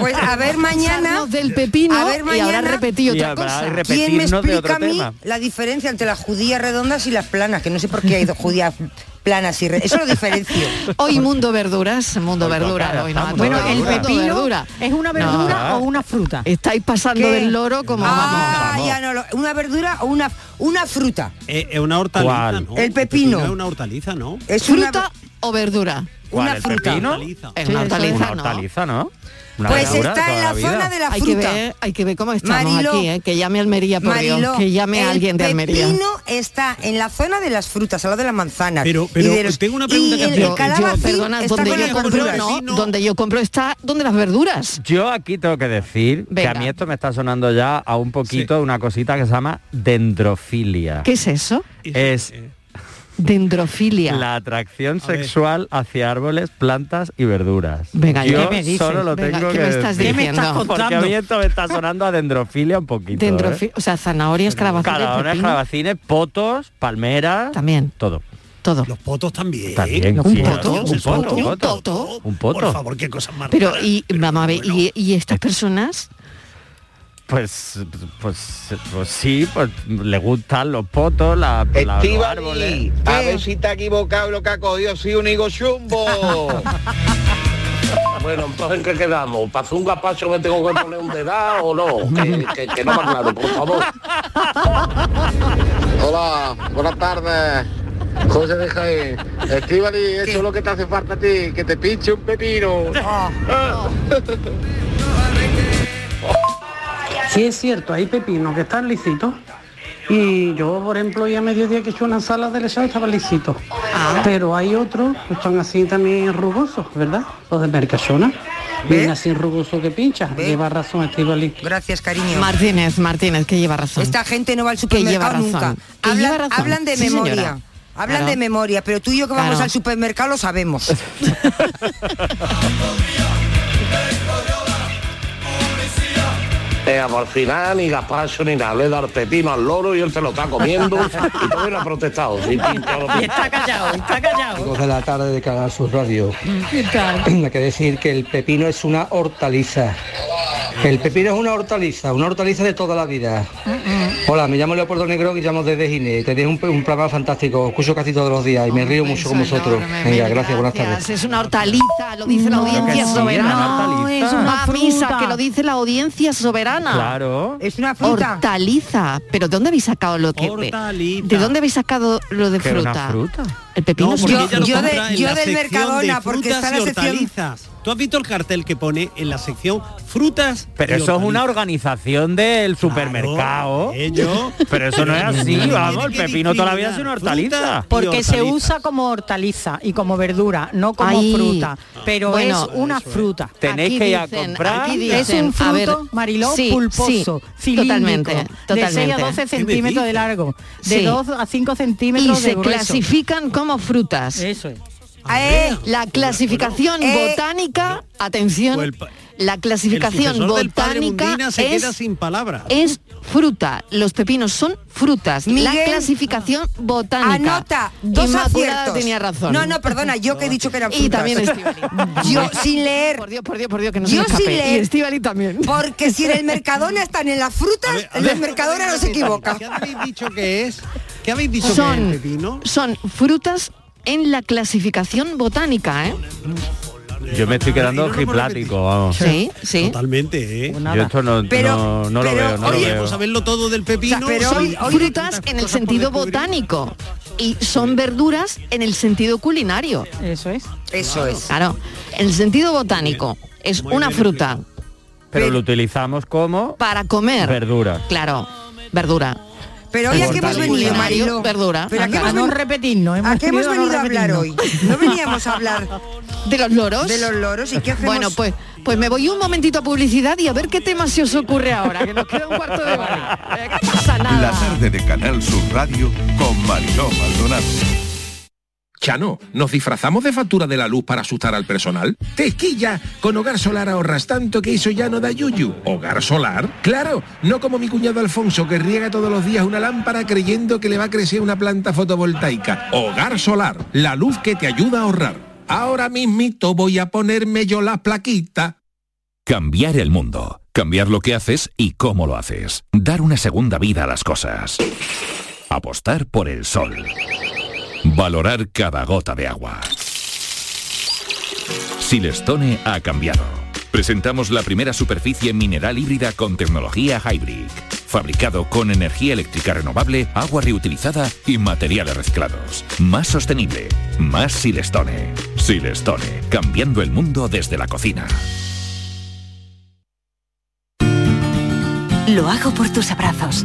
Speaker 8: Pues a ver mañana.
Speaker 3: Echarnos del pepino
Speaker 8: a ver
Speaker 3: y ahora
Speaker 8: mañana-
Speaker 3: repetir otra cosa.
Speaker 8: ¿Quién me
Speaker 4: repetirnos de
Speaker 8: explica
Speaker 4: otro
Speaker 8: a mí
Speaker 4: tema?
Speaker 8: la diferencia entre las judías redondas y las planas? Que no sé por qué hay dos judías planas y re- Eso lo diferencio.
Speaker 3: *laughs* Hoy mundo verduras, mundo verdura.
Speaker 8: cara,
Speaker 3: hoy no,
Speaker 8: estamos Bueno, el
Speaker 3: Mundo
Speaker 8: pepino
Speaker 9: es una verdura o una fruta.
Speaker 3: Estáis pasando
Speaker 8: ¿Qué?
Speaker 3: del loro como
Speaker 8: Ah,
Speaker 3: vamos.
Speaker 8: ya no lo- una verdura o una una fruta.
Speaker 6: Es Eh, es una hortaliza, ¿no?
Speaker 8: El pepino.
Speaker 6: Es una hortaliza, ¿no?
Speaker 8: Es
Speaker 3: fruta o verdura.
Speaker 4: ¿Cuál, el pepino?
Speaker 3: Es una hortaliza,
Speaker 4: Una
Speaker 3: ¿no?
Speaker 4: hortaliza, ¿no? Una
Speaker 3: Pues
Speaker 4: verdura
Speaker 3: está
Speaker 4: toda
Speaker 3: en la
Speaker 4: vida.
Speaker 3: zona de la Hay que
Speaker 8: fruta.
Speaker 3: ver, hay que ver cómo estamos
Speaker 8: Mariló,
Speaker 3: aquí, ¿eh? que llame Almería por Dios, que llame a
Speaker 8: el
Speaker 3: alguien de Almería.
Speaker 8: pepino está en la zona de las frutas, al lado de las manzanas.
Speaker 3: Pero-
Speaker 8: y
Speaker 3: pero
Speaker 8: de los-
Speaker 3: Pues tengo una
Speaker 8: y
Speaker 3: pregunta que
Speaker 8: el
Speaker 3: hacer. Yo- yo,
Speaker 8: calabacín
Speaker 3: perdona,
Speaker 8: está
Speaker 3: ¿dónde
Speaker 8: con
Speaker 3: yo
Speaker 8: las
Speaker 3: compro?
Speaker 8: verduras.
Speaker 3: No, donde yo compro está donde las verduras.
Speaker 4: Yo aquí tengo que decir
Speaker 3: Venga.
Speaker 4: que a mí esto me está sonando ya a un poquito de una cosita que se llama dendrofilia.
Speaker 6: eh,
Speaker 3: ¿Qué es eso?
Speaker 4: Es
Speaker 3: Dendrofilia.
Speaker 4: La atracción sexual hacia árboles, plantas y verduras.
Speaker 3: Venga, ya.
Speaker 4: Yo
Speaker 3: ¿Qué me dices?
Speaker 4: solo lo
Speaker 3: Venga,
Speaker 4: tengo
Speaker 3: ¿qué
Speaker 4: que
Speaker 3: me estás
Speaker 4: decir.
Speaker 3: diciendo? ¿Qué me estás
Speaker 4: Porque a
Speaker 3: contando?
Speaker 4: mí esto me está sonando a dendrofilia un poquito. ¿eh?
Speaker 3: Dendrofi- o sea, zanahorias, calabacines,
Speaker 4: Calabacines,
Speaker 3: pepino,
Speaker 4: calabacines, potos, palmeras.
Speaker 3: También.
Speaker 4: Todo.
Speaker 3: todo.
Speaker 6: Potos también.
Speaker 4: También,
Speaker 6: Un
Speaker 4: sí,
Speaker 6: poto,
Speaker 4: ¿no?
Speaker 6: ¿Eh? un poto,
Speaker 4: un
Speaker 6: un
Speaker 4: poto, un poto.
Speaker 6: Por favor, qué cosas más
Speaker 3: Pero
Speaker 6: raras.
Speaker 3: y vamos a ver, y, y estas personas
Speaker 4: Pues, pues, pues sí, pues le gustan los potos, la, la- los árboles.
Speaker 21: Estivali, ¿eh? a ver si está equivocado lo que ha cogido, sí, un higo chumbo.
Speaker 22: *laughs* Bueno, entonces, ¿qué quedamos? ¿Para un gazpacho me tengo que poner un dedal o no? Que, que- que no va claro, por favor.
Speaker 10: Hola, buenas tardes. José de Jaén. Estíbali, eso es lo que te hace falta a ti, que te pinche un pepino.
Speaker 17: Sí es cierto, hay pepinos que están lisitos. Y yo, por ejemplo, ya a mediodía que he hecho una sala de lechón estaba lisito.
Speaker 8: Ah.
Speaker 17: Pero hay otros que están así también rugosos, ¿verdad? Los de Mercachona. Vienen así rugosos que pincha. Lleva razón, Estivali.
Speaker 8: Gracias, cariño.
Speaker 3: Martínez, Martínez, que lleva razón.
Speaker 8: Esta gente no va al
Speaker 3: Que lleva
Speaker 8: supermercado
Speaker 3: razón.
Speaker 8: ah, nunca.
Speaker 3: Que
Speaker 8: Hablan,
Speaker 3: lleva razón.
Speaker 8: hablan de
Speaker 3: Sí,
Speaker 8: memoria.
Speaker 3: señora.
Speaker 8: Hablan
Speaker 3: Claro.
Speaker 8: de memoria, pero tú y yo que vamos
Speaker 3: Claro.
Speaker 8: al supermercado lo sabemos.
Speaker 22: Eh, por final, ni gazpacho ni nada. Le he dado el pepino al loro y él se lo está comiendo. *laughs* y todavía no ha protestado. Sí, pincha, no pincha.
Speaker 9: Está
Speaker 15: *laughs*
Speaker 9: callado, está callado.
Speaker 23: Dos de la tarde de Canal Sur Radio. *clears throat* Hay que decir que el pepino es una hortaliza. El pepino es una hortaliza, una hortaliza de toda la vida. Hola, me llamo Leopoldo Negro y llamo desde Gine. Tenéis un, un programa fantástico, os escucho casi todos los días y me río mucho con vosotros. Venga, gracias, buenas tardes.
Speaker 3: es una hortaliza, lo dice la
Speaker 23: Claro que
Speaker 3: audiencia
Speaker 23: sí,
Speaker 3: soberana.
Speaker 23: una hortaliza.
Speaker 3: es una
Speaker 8: Va a misa,
Speaker 3: misa, que lo dice la audiencia soberana.
Speaker 4: Claro.
Speaker 8: Es una fruta.
Speaker 3: Hortaliza. Pero ¿de dónde habéis sacado lo que
Speaker 8: Hortaliza.
Speaker 3: ¿De dónde habéis sacado lo de
Speaker 4: Que era una
Speaker 3: fruta?
Speaker 4: fruta.
Speaker 3: El pepino
Speaker 6: No,
Speaker 3: es
Speaker 6: porque
Speaker 3: una
Speaker 6: ella lo
Speaker 3: fruta.
Speaker 6: compra en la sección de frutas
Speaker 8: en
Speaker 6: y
Speaker 8: la sección-
Speaker 6: hortalizas. ¿Tú has visto el cartel que pone en la sección frutas
Speaker 4: Pero eso es una organización del supermercado. Pero eso no es así, vamos, el pepino todavía es una hortaliza.
Speaker 9: Porque se usa como hortaliza y como verdura, no como
Speaker 4: Ahí.
Speaker 9: fruta. Pero
Speaker 4: Bueno,
Speaker 9: Ah. es una fruta.
Speaker 4: Tenéis Aquí que ir a dicen, comprar. aquí
Speaker 9: es
Speaker 4: dicen,
Speaker 9: un fruto,
Speaker 4: a ver,
Speaker 9: Mariló,
Speaker 3: sí,
Speaker 9: pulposo,
Speaker 3: sí,
Speaker 9: cilíndrico,
Speaker 3: totalmente,
Speaker 9: de 6
Speaker 3: totalmente.
Speaker 9: a 12
Speaker 3: ¿Qué me
Speaker 9: centímetros de
Speaker 3: dices?
Speaker 9: largo, de
Speaker 3: Sí.
Speaker 9: 2 a 5
Speaker 3: Y
Speaker 9: centímetros de
Speaker 3: se
Speaker 9: grueso.
Speaker 3: clasifican como frutas.
Speaker 9: Eso es.
Speaker 6: Ah,
Speaker 3: Eh, la clasificación
Speaker 9: Eh.
Speaker 3: botánica, atención, la clasificación
Speaker 6: sucesor del padre
Speaker 3: botánica
Speaker 6: Mundina se queda
Speaker 3: es,
Speaker 6: sin palabras.
Speaker 3: es fruta. Los pepinos son frutas. *laughs* la
Speaker 8: Miguel,
Speaker 3: clasificación botánica.
Speaker 8: Anota, dos
Speaker 3: Inmaculada
Speaker 8: aciertos.
Speaker 3: tenía razón.
Speaker 8: No, no, perdona, yo que he dicho que eran frutas.
Speaker 3: *laughs* Y también
Speaker 8: *laughs* Yo sin leer.
Speaker 3: Por Dios, por Dios, por Dios, que no se
Speaker 8: yo
Speaker 3: me escape.
Speaker 8: sin
Speaker 3: Y
Speaker 8: leer.
Speaker 3: Estíbaliz también.
Speaker 8: Porque si en el Mercadona están en las frutas, el Mercadona no se equivoca.
Speaker 6: ¿Qué habéis dicho que es? ¿Qué habéis dicho que es el
Speaker 3: son,
Speaker 6: pepino?
Speaker 3: son frutas en la clasificación botánica, ¿eh?
Speaker 4: Yo me estoy quedando ojiplático, vamos.
Speaker 3: Sí, sí.
Speaker 6: Totalmente,
Speaker 3: Pues
Speaker 6: ¿eh?
Speaker 4: Yo esto no,
Speaker 3: Pero-
Speaker 4: no- no lo
Speaker 3: pero,
Speaker 4: veo, no
Speaker 3: oye,
Speaker 4: lo veo.
Speaker 6: Vamos a verlo todo del pepino.
Speaker 3: O sea, pero son frutas en el sentido botánico y son verduras en el sentido culinario.
Speaker 9: Eso es.
Speaker 8: Eso es.
Speaker 3: Claro, en el sentido botánico es una fruta
Speaker 4: Pero lo utilizamos como
Speaker 3: para comer.
Speaker 4: verdura.
Speaker 3: Claro, verdura.
Speaker 8: Pero
Speaker 4: hoy, ¿a qué hemos
Speaker 3: Hortaliza.
Speaker 4: venido,
Speaker 8: Mariló?
Speaker 3: Verdura.
Speaker 8: Pero ¿a qué
Speaker 3: Anda.
Speaker 8: hemos venido-
Speaker 9: repetirnos. ¿eh?
Speaker 8: ¿A qué hemos venido a hablar hoy? No veníamos a
Speaker 9: *laughs*
Speaker 8: hablar
Speaker 3: de los loros.
Speaker 8: De los loros y qué hacemos.
Speaker 3: Bueno, pues, pues me voy un momentito a publicidad y a ver qué tema se os ocurre ahora, que nos queda un cuarto de hora. Eh, que no pasa nada.
Speaker 2: La tarde de Canal Sur Radio con Mariló Maldonado.
Speaker 24: Chano, ¿nos disfrazamos de factura de la luz para asustar al personal? ¡Tequilla! Con Hogar Solar ahorras tanto que eso ya no da yuyu. ¿Hogar Solar? Claro, no como mi cuñado Alfonso que riega todos los días una lámpara creyendo que le va a crecer una planta fotovoltaica. Hogar Solar, la luz que te ayuda a ahorrar. Ahora mismito voy a ponerme yo la plaquita.
Speaker 25: Cambiar el mundo. Cambiar lo que haces y cómo lo haces. Dar una segunda vida a las cosas. Apostar por el sol. Valorar cada gota de agua. Silestone ha cambiado. Presentamos la primera superficie mineral híbrida con tecnología Hybrid. Fabricado con energía eléctrica renovable, agua reutilizada y materiales reciclados. Más sostenible. Más Silestone. Silestone. Cambiando el mundo desde la cocina.
Speaker 26: Lo hago por tus abrazos,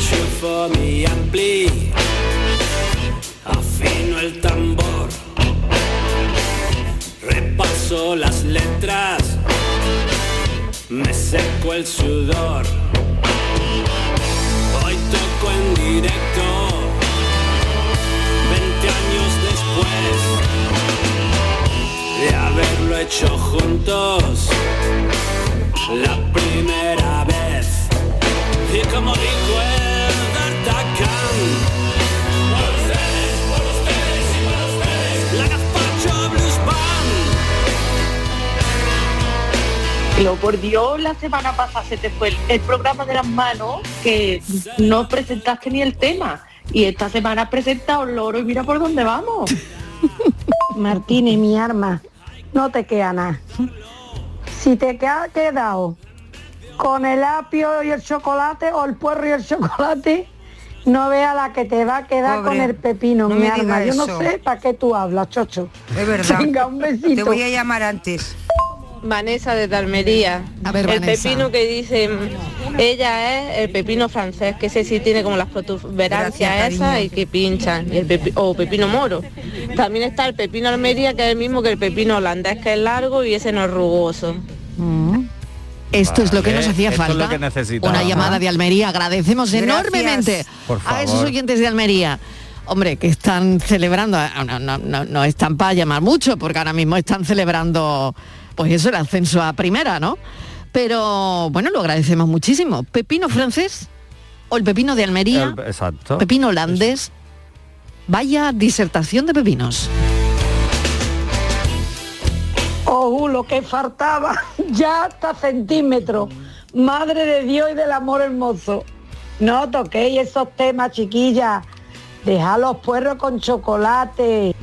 Speaker 27: Shoot for me and play. Afino el tambor. Repaso las letras. Me seco el sudor. Hoy toco en directo. 20 años después de haberlo hecho juntos. La primera vez. Y como dijo el D'Artagnan Por ustedes, por ustedes y por ustedes La Gazpacho Blues Band
Speaker 9: Lo por Dios, la semana pasada se te fue el, el programa de las manos que no presentaste ni el tema. Y esta semana has presentado loro y mira por dónde vamos.
Speaker 13: Martínez, mi arma, no te queda nada. Si te queda quedado con el apio y el chocolate o el puerro y el chocolate, no vea la que te va a quedar
Speaker 8: Pobre,
Speaker 13: con el pepino,
Speaker 8: no
Speaker 13: mi
Speaker 8: me
Speaker 13: arma.
Speaker 8: diga
Speaker 13: Yo
Speaker 8: eso.
Speaker 13: no sé para qué tú hablas, chocho.
Speaker 8: Es verdad.
Speaker 13: Venga, un besito.
Speaker 8: Te voy a llamar antes.
Speaker 28: Vanessa de Almería.
Speaker 8: ver,
Speaker 28: el
Speaker 8: Vanessa.
Speaker 28: pepino que dice ella es el pepino francés, que ese sí tiene como las protuberancias
Speaker 8: Gracias,
Speaker 28: esas
Speaker 8: cariño.
Speaker 28: y que pinchan, y el pepi- o pepino moro. También está el pepino Almería, que es el mismo que el pepino holandés, que es largo y ese no es rugoso.
Speaker 3: Esto es lo que
Speaker 4: Vale,
Speaker 3: nos hacía
Speaker 4: esto es
Speaker 3: falta.
Speaker 4: lo que necesitamos.
Speaker 3: Una llamada de Almería. Agradecemos
Speaker 4: Gracias.
Speaker 3: enormemente
Speaker 4: Por
Speaker 3: a esos
Speaker 4: favor.
Speaker 3: oyentes de Almería. Hombre, que están celebrando, ah, no, no, no, no están para llamar mucho, porque ahora mismo están celebrando, pues eso, el ascenso a primera, ¿no? Pero bueno, lo agradecemos muchísimo. ¿Pepino francés o el pepino de Almería?
Speaker 4: El- exacto.
Speaker 3: Pepino holandés. Vaya disertación de pepinos.
Speaker 13: Oh, lo que faltaba, *laughs* ya hasta centímetros. Madre de Dios y del amor hermoso. No toquéis esos temas, chiquilla. Dejad los puerros con chocolate.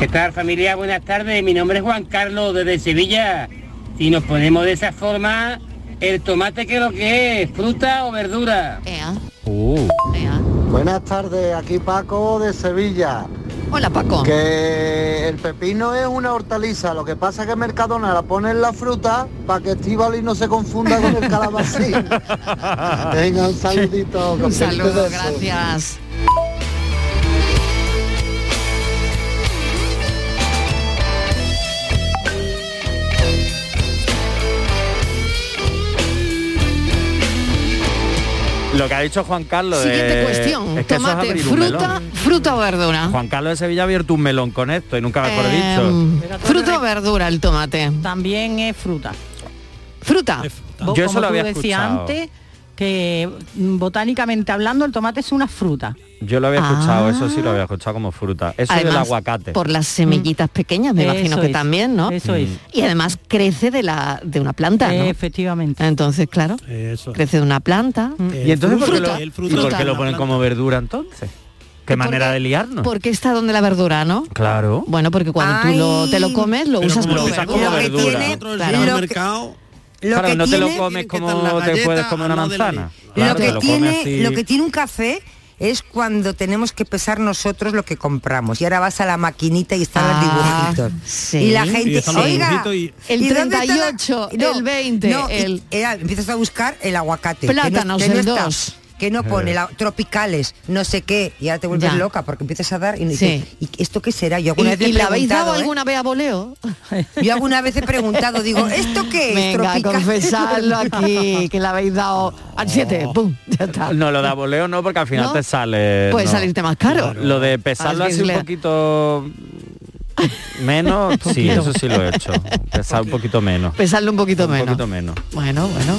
Speaker 29: ¿Qué tal familia? Buenas tardes, mi nombre es Juan Carlos desde Sevilla. Si nos ponemos de esa forma, el tomate que lo que es, fruta o verdura.
Speaker 10: Buenas tardes, aquí Paco de Sevilla.
Speaker 3: Hola Paco.
Speaker 10: Que el pepino es una hortaliza, lo que pasa es que Mercadona la pone en la fruta para que Estivali no se confunda con el
Speaker 3: *laughs*
Speaker 10: calabacín. *laughs* Venga, un saludito.
Speaker 3: Un saludo,
Speaker 10: cafelito de esos.
Speaker 3: gracias.
Speaker 4: Lo que ha dicho Juan Carlos
Speaker 3: Siguiente
Speaker 4: es-
Speaker 3: cuestión.
Speaker 4: es que eso es
Speaker 3: Tomate,
Speaker 4: abrir un
Speaker 3: fruta,
Speaker 4: melón.
Speaker 3: fruta o verdura.
Speaker 4: Juan Carlos de Sevilla ha abierto un melón con esto y nunca mejor
Speaker 3: Em,
Speaker 4: dicho.
Speaker 3: fruta o verdura el tomate.
Speaker 30: También es fruta.
Speaker 3: Fruta.
Speaker 30: Bo-
Speaker 4: Yo eso
Speaker 30: como
Speaker 4: lo había
Speaker 30: tú decías
Speaker 4: escuchado.
Speaker 30: antes que mm, botánicamente hablando el tomate es una fruta.
Speaker 4: Yo lo había
Speaker 30: Ah.
Speaker 4: escuchado, eso sí lo había escuchado como fruta. Eso del
Speaker 3: Además,
Speaker 4: aguacate.
Speaker 3: Por las semillitas pequeñas, me imagino
Speaker 4: Eso
Speaker 3: que
Speaker 4: es,
Speaker 3: también, ¿no?
Speaker 4: eso es.
Speaker 3: Y además crece de la de una planta, ¿no?
Speaker 30: Efectivamente.
Speaker 3: Entonces, claro, crece de una planta.
Speaker 4: Mm. ¿Y entonces por qué
Speaker 3: Fruta,
Speaker 4: lo, y
Speaker 3: fruta.
Speaker 4: por qué lo ponen como verdura entonces? Qué manera de liarnos.
Speaker 3: Porque está donde la verdura, ¿no?
Speaker 4: Claro.
Speaker 3: Bueno, porque cuando tú lo- te lo comes, lo usas como verdura.
Speaker 4: como verdura.
Speaker 3: Claro.
Speaker 8: Lo
Speaker 4: Claro,
Speaker 8: que
Speaker 4: no te
Speaker 8: tiene-
Speaker 4: lo comes como te puedes comer una manzana.
Speaker 8: lo,
Speaker 4: Claro, te
Speaker 8: que
Speaker 4: lo comes
Speaker 8: tiene,
Speaker 4: así.
Speaker 8: lo que tiene un café es cuando tenemos que pesar nosotros lo que compramos. Y ahora vas a la maquinita y están los dibujitos. Y la gente,
Speaker 3: Ah, Y están los
Speaker 8: oiga,
Speaker 3: dibujitos y- El
Speaker 8: ¿y dónde está
Speaker 3: 38, el 20,
Speaker 8: no, y-
Speaker 3: el-
Speaker 8: eh, empiezas a buscar el aguacate. que no-
Speaker 3: Plátanos,
Speaker 8: que no
Speaker 3: el
Speaker 8: está,
Speaker 3: dos.
Speaker 8: Que no pone,
Speaker 3: Eh.
Speaker 8: la- tropicales, no sé qué. Y ahora te vuelves
Speaker 3: Ya.
Speaker 8: loca porque empiezas a dar y
Speaker 3: Sí.
Speaker 8: dices, ¿y esto qué será? Yo
Speaker 3: ¿Y,
Speaker 8: alguna vez le he
Speaker 3: y le habéis dado
Speaker 8: preguntado, ¿eh?
Speaker 3: alguna vez a voleo?
Speaker 8: *laughs* Yo alguna vez he preguntado, digo, ¿esto qué es?
Speaker 3: Venga,
Speaker 8: Tropical.
Speaker 3: confesadlo
Speaker 8: *laughs*
Speaker 3: aquí, que le habéis dado al 7. ¡Pum! Ya está.
Speaker 4: No, lo de aboleo no, porque al final
Speaker 3: ¿No?
Speaker 4: te
Speaker 8: Eh,
Speaker 4: sale...
Speaker 3: Puede
Speaker 4: no.
Speaker 3: salirte más caro.
Speaker 4: Lo de pesarlo
Speaker 3: Al
Speaker 4: así un
Speaker 3: Sinclair.
Speaker 4: poquito menos, sí,
Speaker 3: Poquito. Pues,
Speaker 4: eso sí lo he hecho. Pesar un poquito menos.
Speaker 3: Pesarlo un poquito
Speaker 4: Un
Speaker 3: menos.
Speaker 4: poquito menos.
Speaker 3: Bueno, bueno.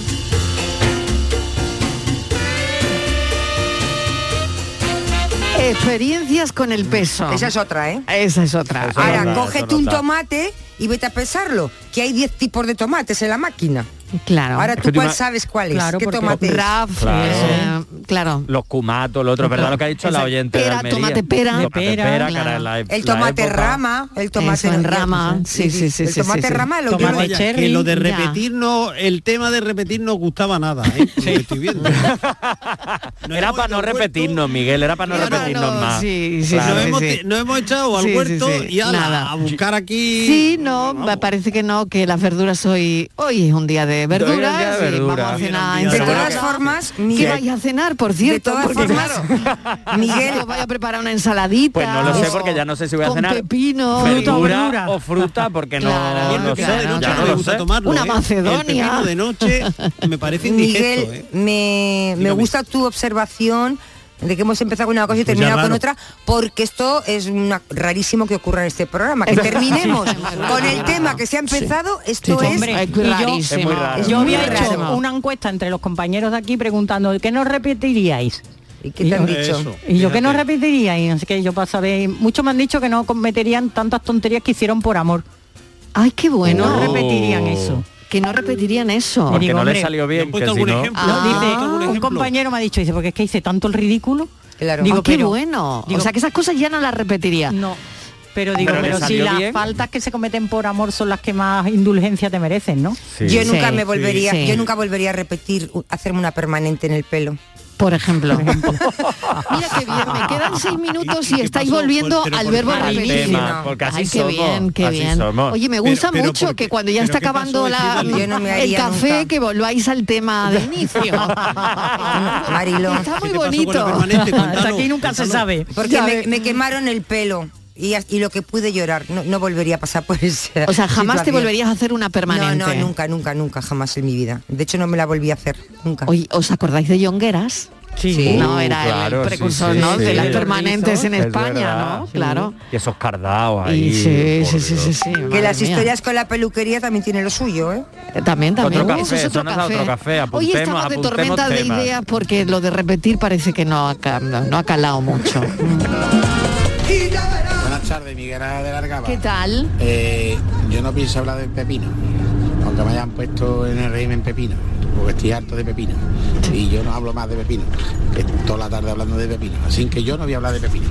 Speaker 3: Experiencias con el peso.
Speaker 8: Mm. Esa es otra, ¿eh?
Speaker 3: Esa es otra.
Speaker 8: Ahora, cógete un tomate y vete a pesarlo, que hay 10 tipos de tomates en la máquina.
Speaker 3: Claro.
Speaker 8: Ahora
Speaker 4: Es que
Speaker 8: tú
Speaker 4: tú
Speaker 8: cuál
Speaker 4: ima-
Speaker 8: sabes cuál es,
Speaker 3: Claro,
Speaker 8: qué
Speaker 3: porque-
Speaker 8: tomate es?
Speaker 3: Raf,
Speaker 4: Claro.
Speaker 3: eh, claro.
Speaker 4: Los cumatos, lo otro, ¿verdad? Lo que ha dicho la oyente de
Speaker 3: Pera,
Speaker 4: Almería.
Speaker 3: tomate pera.
Speaker 4: Tomate
Speaker 3: Pera,
Speaker 4: pera,
Speaker 3: claro.
Speaker 4: cara, la-
Speaker 8: El
Speaker 4: la
Speaker 8: tomate
Speaker 4: época-
Speaker 8: rama, el tomate
Speaker 3: Eso, en rama, sí, sí, sí,
Speaker 8: El
Speaker 3: sí,
Speaker 8: tomate
Speaker 3: sí, sí.
Speaker 8: rama, lo
Speaker 3: Tomate
Speaker 8: yo lo-
Speaker 3: cherry,
Speaker 6: que lo de
Speaker 3: ya.
Speaker 6: repetir no, el tema de repetir no os gustaba nada, ¿eh? Por lo que estoy viendo.
Speaker 4: Era para no repetirnos, Miguel, era para no repetirnos más.
Speaker 3: sí, sí,
Speaker 4: Claro.
Speaker 6: nos, hemos, te- nos hemos echado al
Speaker 3: Sí, sí,
Speaker 6: huerto
Speaker 3: sí,
Speaker 6: y ala,
Speaker 3: nada.
Speaker 6: a buscar aquí.
Speaker 3: Sí, no, me parece que no, que las verduras hoy, hoy es un día de
Speaker 6: Hoy es
Speaker 3: verduras,
Speaker 6: un día de
Speaker 3: y
Speaker 6: verduras.
Speaker 3: Ah, vamos
Speaker 6: Hoy era
Speaker 3: a
Speaker 6: un día
Speaker 3: cenar
Speaker 6: de
Speaker 3: ensalada.
Speaker 6: verduras. De todas
Speaker 8: formas,
Speaker 3: ¿qué
Speaker 8: Miguel-
Speaker 3: vais a cenar, por cierto?
Speaker 8: todas
Speaker 3: Porque,
Speaker 8: formas, *laughs*
Speaker 3: claro,
Speaker 8: Miguel-
Speaker 3: os vaya a preparar una ensaladita.
Speaker 4: Pues no lo sé
Speaker 3: o-
Speaker 4: porque ya no sé si voy a
Speaker 3: con
Speaker 4: cenar
Speaker 3: pepino. Fruta o
Speaker 4: verdura
Speaker 3: verdura.
Speaker 4: o fruta porque no- no, sé,
Speaker 3: claro.
Speaker 4: ya no
Speaker 6: me
Speaker 4: lo
Speaker 6: gusta
Speaker 4: sé.
Speaker 6: tomarlo, ¿eh? El pepino de
Speaker 3: *laughs*
Speaker 6: noche me parece indigesto,
Speaker 8: Miguel,
Speaker 6: ¿eh?
Speaker 8: me, me
Speaker 6: Dígame.
Speaker 8: gusta tu observación de que hemos empezado con una cosa y
Speaker 6: Pues ya
Speaker 8: terminado con
Speaker 6: raro.
Speaker 8: otra, porque esto es una- rarísimo que ocurra en este programa. Que
Speaker 3: Sí.
Speaker 8: terminemos
Speaker 3: Sí, es muy raro.
Speaker 8: con el tema que se ha empezado, esto
Speaker 3: Sí,
Speaker 8: es...
Speaker 3: hombre, es
Speaker 8: y yo-
Speaker 3: rarísimo. Es muy raro.
Speaker 8: es
Speaker 9: Yo
Speaker 8: muy
Speaker 9: había
Speaker 8: raro.
Speaker 9: hecho una encuesta entre los compañeros de aquí preguntando ¿qué no repetiríais?
Speaker 8: ¿Y qué te han
Speaker 9: yo-
Speaker 8: dicho? Eso,
Speaker 9: y yo que no
Speaker 8: fíjate.
Speaker 9: repetiríais, así que yo para saber, muchos me han dicho que no cometerían tantas tonterías que hicieron por amor.
Speaker 3: Ay, qué bueno.
Speaker 9: No repetirían eso.
Speaker 3: Que no repetirían eso.
Speaker 4: Porque
Speaker 9: Digo,
Speaker 4: no le
Speaker 9: hombre,
Speaker 4: salió bien, que si no...
Speaker 9: No, dice, un compañero me ha dicho, dice, porque es que hice tanto el ridículo. Digo,
Speaker 3: Ah, qué
Speaker 9: pero-
Speaker 3: bueno.
Speaker 9: digo,
Speaker 3: o sea, que esas cosas ya no las repetiría.
Speaker 9: No. Pero digo,
Speaker 3: Pero
Speaker 9: pero,
Speaker 3: le
Speaker 9: si
Speaker 3: salió
Speaker 9: las
Speaker 3: bien.
Speaker 9: faltas que se cometen por amor son las que más indulgencia te merecen, ¿no?
Speaker 8: Yo nunca me volvería, yo nunca volvería a repetir u- hacerme
Speaker 9: *laughs*
Speaker 8: una permanente en el pelo.
Speaker 3: Por ejemplo. *laughs* Me quedan seis minutos y estáis volviendo
Speaker 8: Pero
Speaker 3: al
Speaker 8: por-
Speaker 3: verbo
Speaker 8: al
Speaker 3: repetir.
Speaker 8: tema,
Speaker 4: porque así
Speaker 3: Ay, qué
Speaker 4: somos,
Speaker 3: bien, qué
Speaker 4: así
Speaker 3: bien.
Speaker 4: somos.
Speaker 3: Oye, me
Speaker 4: Pero-
Speaker 3: gusta
Speaker 4: pero
Speaker 3: mucho
Speaker 4: ¿por
Speaker 3: que
Speaker 4: qué?
Speaker 3: cuando ya
Speaker 4: ¿Pero
Speaker 3: está
Speaker 4: qué
Speaker 3: acabando
Speaker 4: pasó,
Speaker 3: la,
Speaker 4: Estíbaliz? Yo no me
Speaker 3: el
Speaker 4: haría
Speaker 3: café,
Speaker 4: nunca.
Speaker 3: que volváis al
Speaker 4: *laughs*
Speaker 3: tema de inicio.
Speaker 8: *laughs* Mariló.
Speaker 3: Está muy bonito. Hasta aquí nunca se sabe.
Speaker 8: Porque me, me quemaron el pelo y, as- y lo que pude llorar, no, no volvería a pasar por ese.
Speaker 3: O sea, jamás te volverías a hacer una permanente.
Speaker 8: No, no, nunca, nunca, nunca, jamás en mi vida. De hecho, no me la volví a hacer, nunca.
Speaker 3: Oye, ¿os acordáis de Yongueras?
Speaker 8: Sí.
Speaker 3: No, era
Speaker 4: Uh, claro,
Speaker 3: el
Speaker 4: sí,
Speaker 3: precursor
Speaker 4: sí,
Speaker 3: ¿no?
Speaker 4: sí.
Speaker 3: de las permanentes en
Speaker 4: Es
Speaker 3: España,
Speaker 4: verdad,
Speaker 3: ¿no?
Speaker 4: sí.
Speaker 3: Claro.
Speaker 4: Y esos cardados
Speaker 3: Y
Speaker 4: ahí. por
Speaker 3: sí, sí, sí,
Speaker 4: Dios.
Speaker 3: sí, sí.
Speaker 8: Que
Speaker 3: Madre
Speaker 8: las
Speaker 3: mía.
Speaker 8: historias con la peluquería también tienen lo suyo, ¿eh?
Speaker 3: Eh, También, también.
Speaker 4: Otro
Speaker 3: Uh,
Speaker 4: café,
Speaker 3: eso es otro
Speaker 4: eso nos da
Speaker 3: café.
Speaker 4: otro café,
Speaker 3: Hoy
Speaker 4: apuntemos,
Speaker 3: estamos de
Speaker 4: apuntemos
Speaker 3: tormenta de
Speaker 4: temas.
Speaker 3: ideas porque lo de repetir parece que no ha, ca- no ha
Speaker 4: *laughs*
Speaker 3: calado mucho.
Speaker 1: Buenas tardes, Miguel Ángel de Largaba.
Speaker 3: ¿Qué tal?
Speaker 1: Eh, yo no pienso hablar del pepino, aunque me hayan puesto en el régimen pepino, porque estoy harto de pepino. Y yo no hablo más de pepino, que toda la tarde hablando de pepino. Así que yo no voy a hablar de
Speaker 10: *laughs*
Speaker 1: pepino.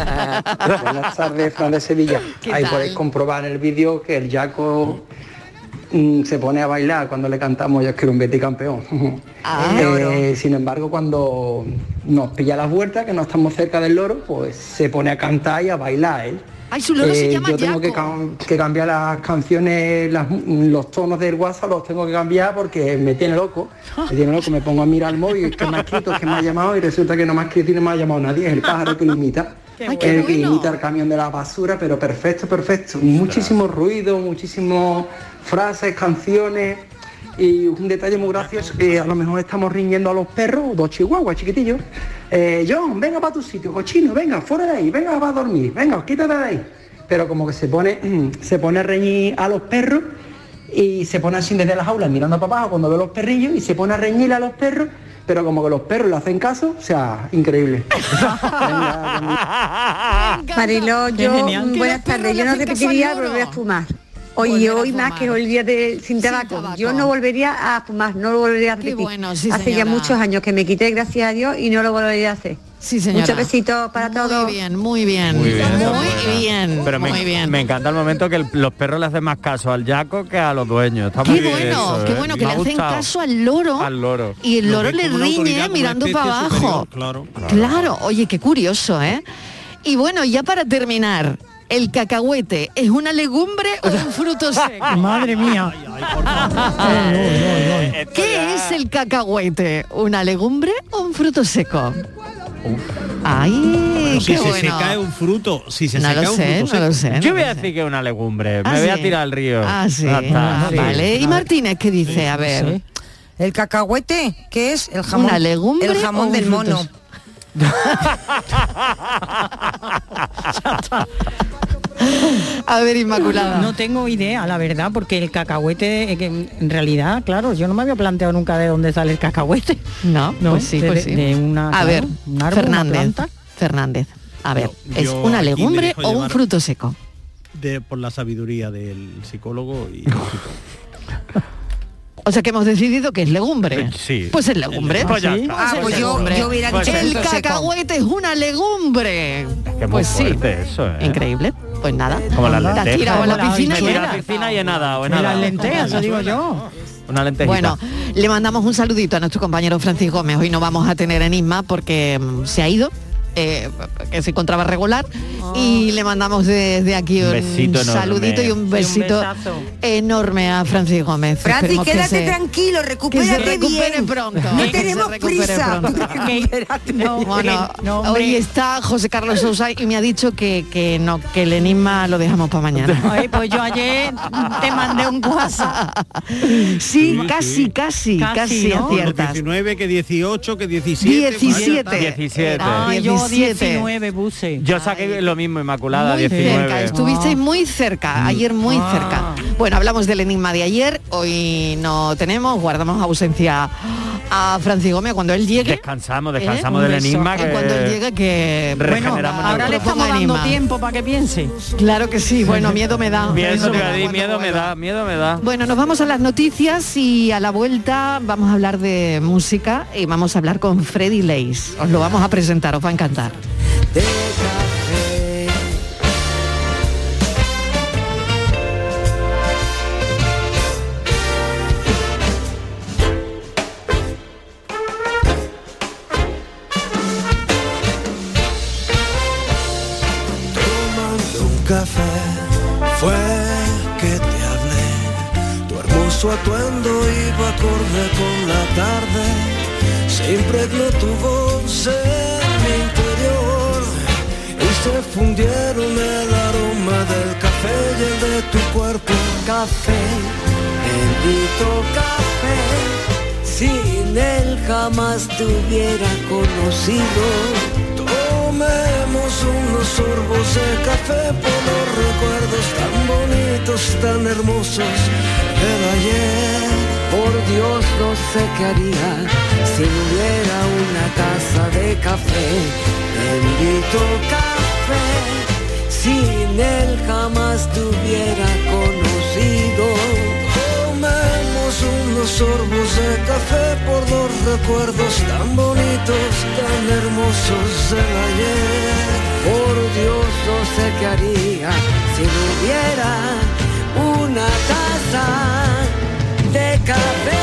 Speaker 23: Buenas tardes, Fran de Sevilla.
Speaker 1: ¿Qué
Speaker 23: Ahí
Speaker 1: tal?
Speaker 23: podéis comprobar en el vídeo que el Jaco mm, se pone a bailar cuando le cantamos Yo quiero un
Speaker 3: *laughs*
Speaker 23: Betty campeón.
Speaker 3: Ah,
Speaker 23: Eh, sin embargo, cuando nos pilla las vueltas, que no estamos cerca del loro, pues se pone a cantar y a bailar él.
Speaker 3: Ay, su loro se llama
Speaker 23: yo tengo que, cam- que cambiar las canciones, las- los tonos del WhatsApp los tengo que cambiar porque me tiene loco. Me tiene loco, me pongo a mirar el móvil, que me ha escrito, que me ha llamado y resulta que no me ha escrito y no me ha llamado nadie. Es el pájaro que lo imita.
Speaker 3: Ay, qué
Speaker 23: el que
Speaker 3: bueno.
Speaker 23: imita el camión de la basura, pero perfecto, perfecto. Muchísimo ruido, muchísimos frases, canciones. Y un detalle muy gracioso, que a lo mejor estamos riñendo a los perros, dos chihuahuas chiquitillos. Eh, John, venga para tu sitio, cochino, venga, fuera de ahí, venga para dormir, venga, quítate de ahí. Pero como que se pone, *clears throat* se pone a reñir a los perros y se pone así desde las aulas mirando para abajo cuando ve los perrillos y se pone a reñir a los perros, pero como que los perros le hacen caso, o sea, increíble.
Speaker 10: Mariló,
Speaker 23: Qué
Speaker 10: yo,
Speaker 23: genial.
Speaker 10: mm,
Speaker 23: Que
Speaker 10: buenas
Speaker 23: los perros
Speaker 10: tardes,
Speaker 23: le
Speaker 10: yo no
Speaker 23: hacen caso
Speaker 10: repetiría
Speaker 23: al loro.
Speaker 10: volver a fumar. Hoy,
Speaker 3: Volver a
Speaker 10: hoy más
Speaker 3: fumar.
Speaker 10: que hoy el día de, sin, tabaco. Yo no volvería a fumar, no lo volvería a repetir.
Speaker 3: bueno, sí,
Speaker 10: Hace ya
Speaker 3: señora.
Speaker 10: muchos años que me quité, gracias a Dios, y no lo volvería a hacer.
Speaker 3: Sí, señora.
Speaker 10: Muchos besitos para todos. Muy
Speaker 3: bien, muy bien.
Speaker 4: Muy bien, está
Speaker 3: Muy
Speaker 4: buena.
Speaker 3: bien,
Speaker 4: Pero me,
Speaker 3: muy bien.
Speaker 4: me encanta el momento que el- los perros le hacen más caso al yaco que a los dueños. Está muy
Speaker 3: Qué
Speaker 4: bien
Speaker 3: bueno,
Speaker 4: eso,
Speaker 3: qué
Speaker 4: ¿eh?
Speaker 3: bueno, que
Speaker 4: Me
Speaker 3: le
Speaker 4: ha
Speaker 3: hacen
Speaker 4: gustado.
Speaker 3: caso al loro
Speaker 4: Al loro.
Speaker 3: y el
Speaker 4: Lo
Speaker 3: loro
Speaker 4: ve
Speaker 3: le
Speaker 4: como una autoridad,
Speaker 3: riñe
Speaker 4: como una
Speaker 3: mirando
Speaker 4: especie
Speaker 3: para abajo.
Speaker 4: superior, claro.
Speaker 3: Claro, oye, qué curioso, ¿eh? Y bueno, ya para terminar, el cacahuete, ¿es una legumbre o
Speaker 9: *laughs*
Speaker 3: un fruto seco?
Speaker 9: Madre mía.
Speaker 4: Eh,
Speaker 3: ¿Qué es el cacahuete? ¿Una legumbre o un fruto seco? Ay,
Speaker 6: si
Speaker 3: qué
Speaker 6: se
Speaker 3: bueno.
Speaker 6: seca es un fruto, si se
Speaker 3: No
Speaker 6: seca
Speaker 3: lo
Speaker 6: es un
Speaker 3: sé,
Speaker 6: fruto
Speaker 3: no lo
Speaker 6: seco.
Speaker 3: sé, no
Speaker 4: Yo voy a decir que es una legumbre.
Speaker 3: Ah,
Speaker 4: me voy a
Speaker 3: sí.
Speaker 4: tirar al río.
Speaker 3: Ah, sí.
Speaker 4: Ya está,
Speaker 3: Ah,
Speaker 4: sí.
Speaker 3: Vale. ¿Y Martínez qué dice? A ver.
Speaker 8: Sí. El cacahuete, que es el jamón.
Speaker 3: ¿Una legumbre
Speaker 8: El jamón
Speaker 3: o un
Speaker 8: del
Speaker 3: fruto
Speaker 8: mono.
Speaker 3: seco? A ver, Inmaculada.
Speaker 9: No tengo idea, la verdad, porque el cacahuete, eh, que en realidad, claro, yo no me había planteado nunca de dónde sale el cacahuete. *laughs*
Speaker 3: No, pues sí,
Speaker 9: de-
Speaker 3: pues sí.
Speaker 9: de una-
Speaker 3: a
Speaker 9: claro,
Speaker 3: ver,
Speaker 9: un árbol, una
Speaker 3: Fernández.
Speaker 9: planta.
Speaker 3: Fernández. A ver,
Speaker 6: Yo-
Speaker 3: ¿es
Speaker 6: yo
Speaker 3: una
Speaker 6: aquí me
Speaker 3: legumbre
Speaker 6: dejo
Speaker 3: o un
Speaker 6: llevar.
Speaker 3: fruto seco?
Speaker 6: De- por la sabiduría del psicólogo y
Speaker 3: O sea que hemos decidido que es legumbre.
Speaker 6: Eh, Sí.
Speaker 3: Pues es legumbre.
Speaker 6: Pues ya está.
Speaker 8: Ah,
Speaker 3: es
Speaker 8: pues yo-
Speaker 3: legumbre.
Speaker 8: yo hubiera dicho
Speaker 3: El
Speaker 8: fruto seco.
Speaker 3: cacahuete es una legumbre.
Speaker 4: Que es muy
Speaker 3: Pues sí.
Speaker 4: fuerte eso, ¿eh?
Speaker 3: Increíble. Pues nada.
Speaker 4: Como las
Speaker 3: Te has
Speaker 4: lentejas.
Speaker 3: tirado a la piscina
Speaker 4: Me
Speaker 3: y
Speaker 4: he tirado a
Speaker 3: nada.
Speaker 4: la piscina y he nadado, he
Speaker 9: Las
Speaker 4: nadado.
Speaker 9: lentejas, eso digo
Speaker 4: yo. Una lentejita.
Speaker 3: Bueno, le mandamos un saludito a nuestro compañero Francisco Gómez. Hoy no vamos a tener enigma porque mm, se ha ido, eh, que se encontraba regular. Y le mandamos desde aquí
Speaker 4: Un
Speaker 3: un,
Speaker 4: besito enorme.
Speaker 3: saludito y
Speaker 4: Y
Speaker 3: un
Speaker 4: un
Speaker 3: besito
Speaker 9: besazo.
Speaker 3: enorme a Francisco Gómez.
Speaker 8: Francis,
Speaker 3: Esperemos que
Speaker 8: quédate
Speaker 3: se-
Speaker 8: tranquilo, recupérate
Speaker 3: recupere
Speaker 8: bien.
Speaker 3: pronto,
Speaker 8: No
Speaker 3: que se
Speaker 8: tenemos
Speaker 3: recupere
Speaker 8: prisa.
Speaker 3: pronto.
Speaker 8: *laughs* Recupérate bien.
Speaker 3: *laughs*
Speaker 8: *laughs*
Speaker 3: Bueno, hoy está José Carlos Sousa y me ha dicho que, que no, que el enigma lo dejamos para mañana.
Speaker 9: Ay, pues yo ayer te mandé un WhatsApp.
Speaker 3: Sí,
Speaker 6: *laughs*
Speaker 3: casi, casi, casi,
Speaker 6: ¿no?
Speaker 3: aciertas.
Speaker 6: 19, que 18, que 17.
Speaker 3: 17.
Speaker 4: 17.
Speaker 9: Ah, yo
Speaker 3: 17.
Speaker 9: 19 puse.
Speaker 4: Yo saqué lo mismo, Inmaculada,
Speaker 3: Muy
Speaker 4: 19.
Speaker 3: cerca, estuvisteis muy
Speaker 4: Mm.
Speaker 3: cerca, ayer muy
Speaker 4: Ah.
Speaker 3: cerca. Bueno, hablamos del enigma de ayer, hoy no tenemos, guardamos ausencia a Francis Gómez cuando él llegue.
Speaker 4: Descansamos,
Speaker 3: ¿eh?
Speaker 4: descansamos
Speaker 3: Un
Speaker 4: del
Speaker 3: beso.
Speaker 4: enigma.
Speaker 3: Que cuando él llegue que
Speaker 4: Regeneramos
Speaker 3: bueno,
Speaker 9: Ahora le estamos
Speaker 3: proponga
Speaker 9: dando
Speaker 3: enigma.
Speaker 9: tiempo para que piense.
Speaker 3: Claro que sí, bueno, miedo me da.
Speaker 4: Miedo me
Speaker 3: Miedo me
Speaker 4: da, miedo me da, miedo me da.
Speaker 3: Bueno, nos vamos a las noticias y a la vuelta vamos a hablar de música y vamos a hablar con Freddy Leis. Os lo vamos a presentar, os va a encantar.
Speaker 15: Tomando un café fue que te hablé. Tu hermoso atuendo iba acorde con la tarde. Se impregnó tu voz en mi interior y se fundieron el aroma del café y el de tu cuerpo. Café, bendito café. Sin él jamás te hubiera conocido. Tomemos unos sorbos de café por los recuerdos tan bonitos, tan hermosos del ayer. Por Dios no sé qué haría si no hubiera una taza de café. Bendito café, sin él jamás te hubiera conocido. Tomemos unos sorbos de café por los recuerdos tan bonitos, tan hermosos del ayer. Por Dios no sé qué haría si no hubiera una taza de café.